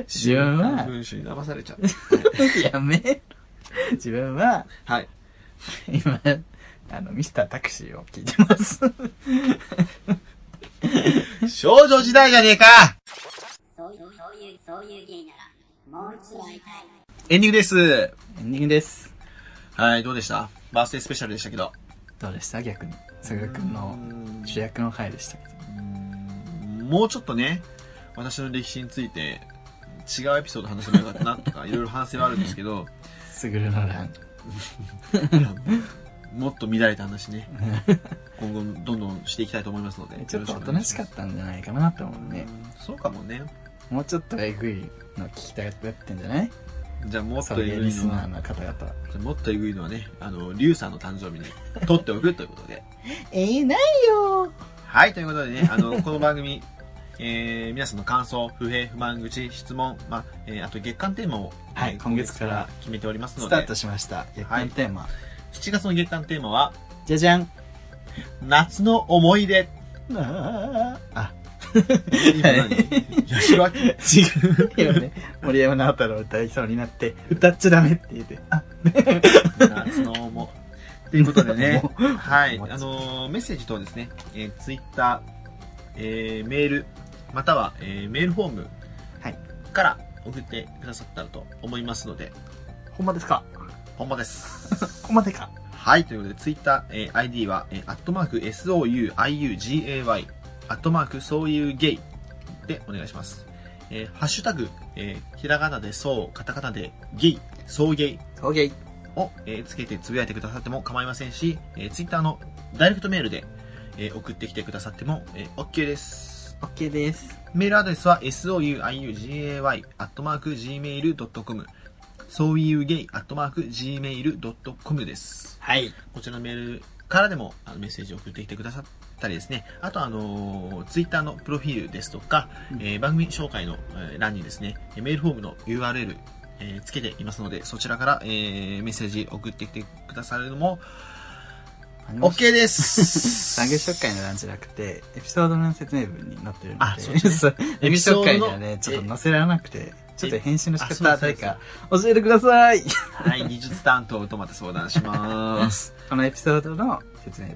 A: 自分は
B: 文集に騙されちゃう。
A: やめ。自分は、
B: はい。
A: 今、あの、ミスタータクシーを聞いてます。
B: 少女時代じゃねえか
D: そういう、そういう、そういう芸なら、もう一度会いたい。
B: エンディングです。
A: エンディングです。
B: はい、どうでしたバースデースペシャルでしたけど。
A: どうでした逆に。佐賀くんの主役の回でしたけど。
B: もうちょっとね、私の歴史につい [laughs] て、違うエピソード話せばよかったなとか、いろいろ反省はあるんですけど、
A: すぐるの欄。
B: もっと見られた話
A: [laughs]
B: ね。今後どんどんしていきたいと思いますので。
A: ちょっとおとなしかったんじゃないかなって思うね
B: ね。。そうかもね。
A: もうちょっとえぐいの聞きたがってんじゃない
B: じゃあもっ
A: そ
B: と
A: う
B: え
A: いう
B: ぐ
A: リ
B: い
A: ス
B: の
A: ナー
B: は、
A: の方々。
B: じゃあもっとえぐいのはね、あの、リュウさんの誕生日に [laughs] 撮っておくということで。
A: えー、ないよ
B: はい、ということでね、あ
A: [laughs]
B: の、この番組、えー皆さんの感想、不平、不満口、質問、まあ、えーあと月間テーマを、
A: はい
B: えー
A: 今月から
B: 決めておりますの
A: ス
B: で、
A: タートしました。月間テーマ。
B: 7月の月間テーマは、
A: じゃじゃん
B: 夏の思
A: [laughs]
B: い出。
A: あ、
B: 今何八代亜紀
A: 違うよね。森山直太朗歌いそうになって、 [laughs] 歌っちゃダメって言って。あ、
B: 夏の思い。ということで
A: [laughs]
B: ね、
A: も
B: はい、
A: もう
B: あのーメッセージ等ですね、えー、ツイッター、えーメール、または、えーメールフォーム
A: はい
B: から送ってくださったらと思いますので、
A: ほんまですか
B: ほんまです。
A: ほんまでか
B: はい、ということで、ツイッター、えー ID は、えー、アットマーク、SOUIUGAY、アットマーク、そういうゲイでお願いします。えーハッシュタグ、えーひらがなでそう、カタカナでゲイ、そうゲイ
A: 陶芸。
B: を、えーつけてつぶやいてくださっても構いませんし、えー、ツイッターのダイレクトメールで、えー送ってきてくださっても、えー、OK です。
A: OK です。
B: メールアドレスは souiugay.gmail.com そういうゲイ .gmail.com です。
A: はい。
B: こちらのメールからでもあのメッセージを送ってきてくださったりですね、あとあの、ツイッター Twitter のプロフィールですとか、
A: うん
B: えー番組紹介のえー欄にですね、メールフォームの URL、えーつけていますので、そちらから、えーメッセージ送ってきてくださるのも OK です。
A: [laughs] 産業紹介の欄じゃなくて、エピソードの説明文に載ってるので。
B: あそうで
A: そう [laughs] エピソード
B: エピ
A: 紹介
B: ソードの
A: にはね、ちょっと載せられなくて、ちょっと編集の仕
B: あそうそうそ
A: 方、
B: う
A: 誰か教えてください
B: はい、技術担当とまた相談します。
A: このエピソードの説明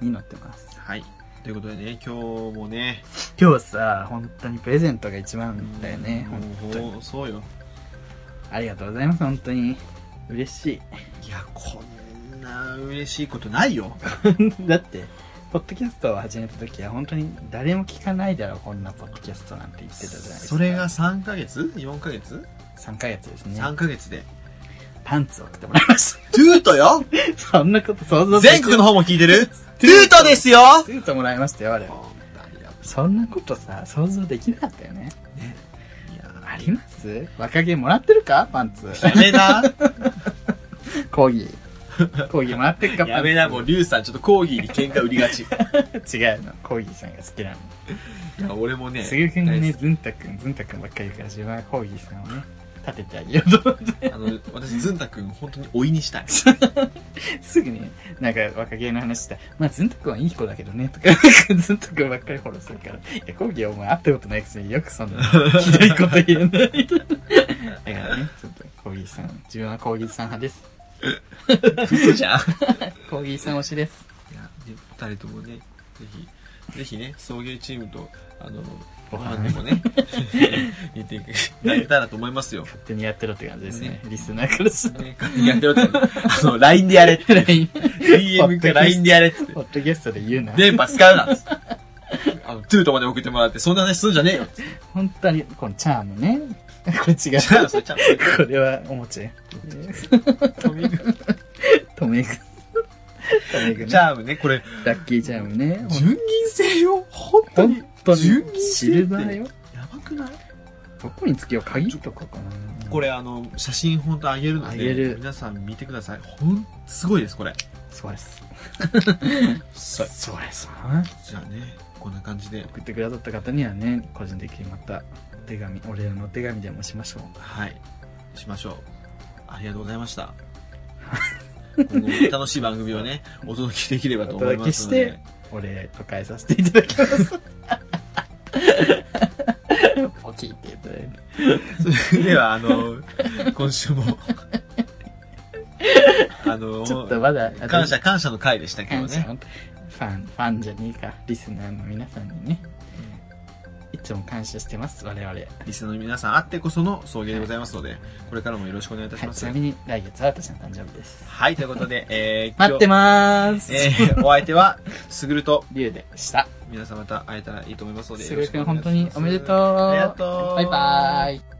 A: 文に載ってます。
B: はい。ということでね、今日もね、
A: 今日さ、本当にプレゼントが一番だよね。
B: もう
A: 本当に。
B: そうよ。
A: ありがとうございます、本当に。嬉しい。
B: いや、こんな嬉しいことないよ。
A: [laughs] だって、ポッドキャストを始めた時は本当に誰も聞かないだろう、こんなポッドキャストなんて言ってたじゃないですか。
B: それが3ヶ月 ?4 ヶ月
A: 3ヶ月ですね。
B: 3ヶ月で。
A: パンツを送ってもらいまし
B: トゥートよ
A: た。 [laughs] そんなこと想像でき
B: [laughs] 全国の方も聞いてる
A: ト
B: ト
A: ゥ
B: ゥ
A: ー
B: ー
A: ト
B: ト
A: で
B: ですよ
A: ツイートもらいましたよ、あれ。そんなことさ、想像できなかったよね。あります若気もらってるかパン
B: [laughs]
A: ツ。
B: やめな。
A: 講義。講義もらってるかパンツ。
B: [laughs] やめな、もう、リュウさん、ちょっとコーギーに喧嘩売りがち。い
A: 違うの。講義さんが好きなの。
B: や、俺もね。
A: すぐくんがね、
B: 大好
A: ずんたくん、ずんたくんばっかり言うから、自分は講義さんをね、立ててあげようと思って。
B: きあの、私、ズンタ君、本当に追いにしたい。
A: すぐに、なんか若気の話したら、まあ、ずんたくんはいい子だけどね、とか、ずんたくんばっかりフォローするから、いや、講義お前会ったことないくせによくそんな、ひどいこと言えない。だからね、ちょっと、講義さん、自分は講義さん派です。
B: 嘘じゃん。い
A: 講義さん推しです。
B: や、で二人ともね、ぜひ、ぜひね、送迎チームと、あの、
A: ご
B: ご
A: 飯
B: 飯でも [laughs] ね、言っていただけたらと思いますよ。
A: 勝手にやってろって感じですね。リスナーからしたら。
B: ね勝手にやってろって。あの、LINE でやれって。
A: LINE
B: DM か LINE でやれっつって
A: ポ。ッドキャストで言うな。
B: 電波使うなっつってあの、トゥートまで送ってもらって、そんな話すんじゃねえよっつって
A: 本当に、このチャームね。これ違
B: じゃ
A: う
B: あ、。それちゃん
A: これはおもちゃ。
B: と見る。
A: トメグ。トメグ
B: チ
A: ね。
B: ャームね、これ、
A: ラッキーチャームね。
B: 純銀製よ本当に
A: 本。当
B: 純
A: に。
B: 銀製
A: シル
B: っ
A: バー
B: て。
A: よ。
B: やばくない
A: どこにつけよう鍵とかかな。
B: これ、あの、写真本当あげるの
A: あげ
B: で
A: る、
B: 皆さん見てください。ほん、すごいです、これ。
A: そうです。
B: そう。
A: そうです。
B: じゃあね、こんな感じで、
A: 送ってくださった方にはね、個人的にまた、お手紙、お礼のお手紙でもしましょう。
B: はい、しましょう。ありがとうございま
A: [laughs]
B: した。今後も楽しい番組をね、お届けできればと思いますの
A: お
B: で
A: 届。お礼と返させていただきます。ポキって言ったらいいね
B: それでは、あの、今
A: [laughs]
B: 週も、あの、
A: ちょっとまだ、
B: 感謝、感謝の回でしたけど
A: 感謝
B: ね。
A: ファン、ファンじゃねえか、リスナーの皆さんにね。いつも感謝してます、我々。はい、
B: リスナーの皆さんあってこその送迎でございますので、これからもよろしくお願いいたしま
A: ち
B: す。
A: な
B: はい、
A: みに来月は私の誕生日です。
B: ということで、えー、
A: 待って
B: ま
A: まーす、
B: えー、お相手は、すぐると、
A: リュウでした。
B: 皆さんまた会えたらいいと思いますので、
A: すぐくん
B: よろ
A: 本
B: しく
A: 当
B: お願いし
A: に
B: ます
A: おめでとう。
B: ありがとう
A: バイバーイ。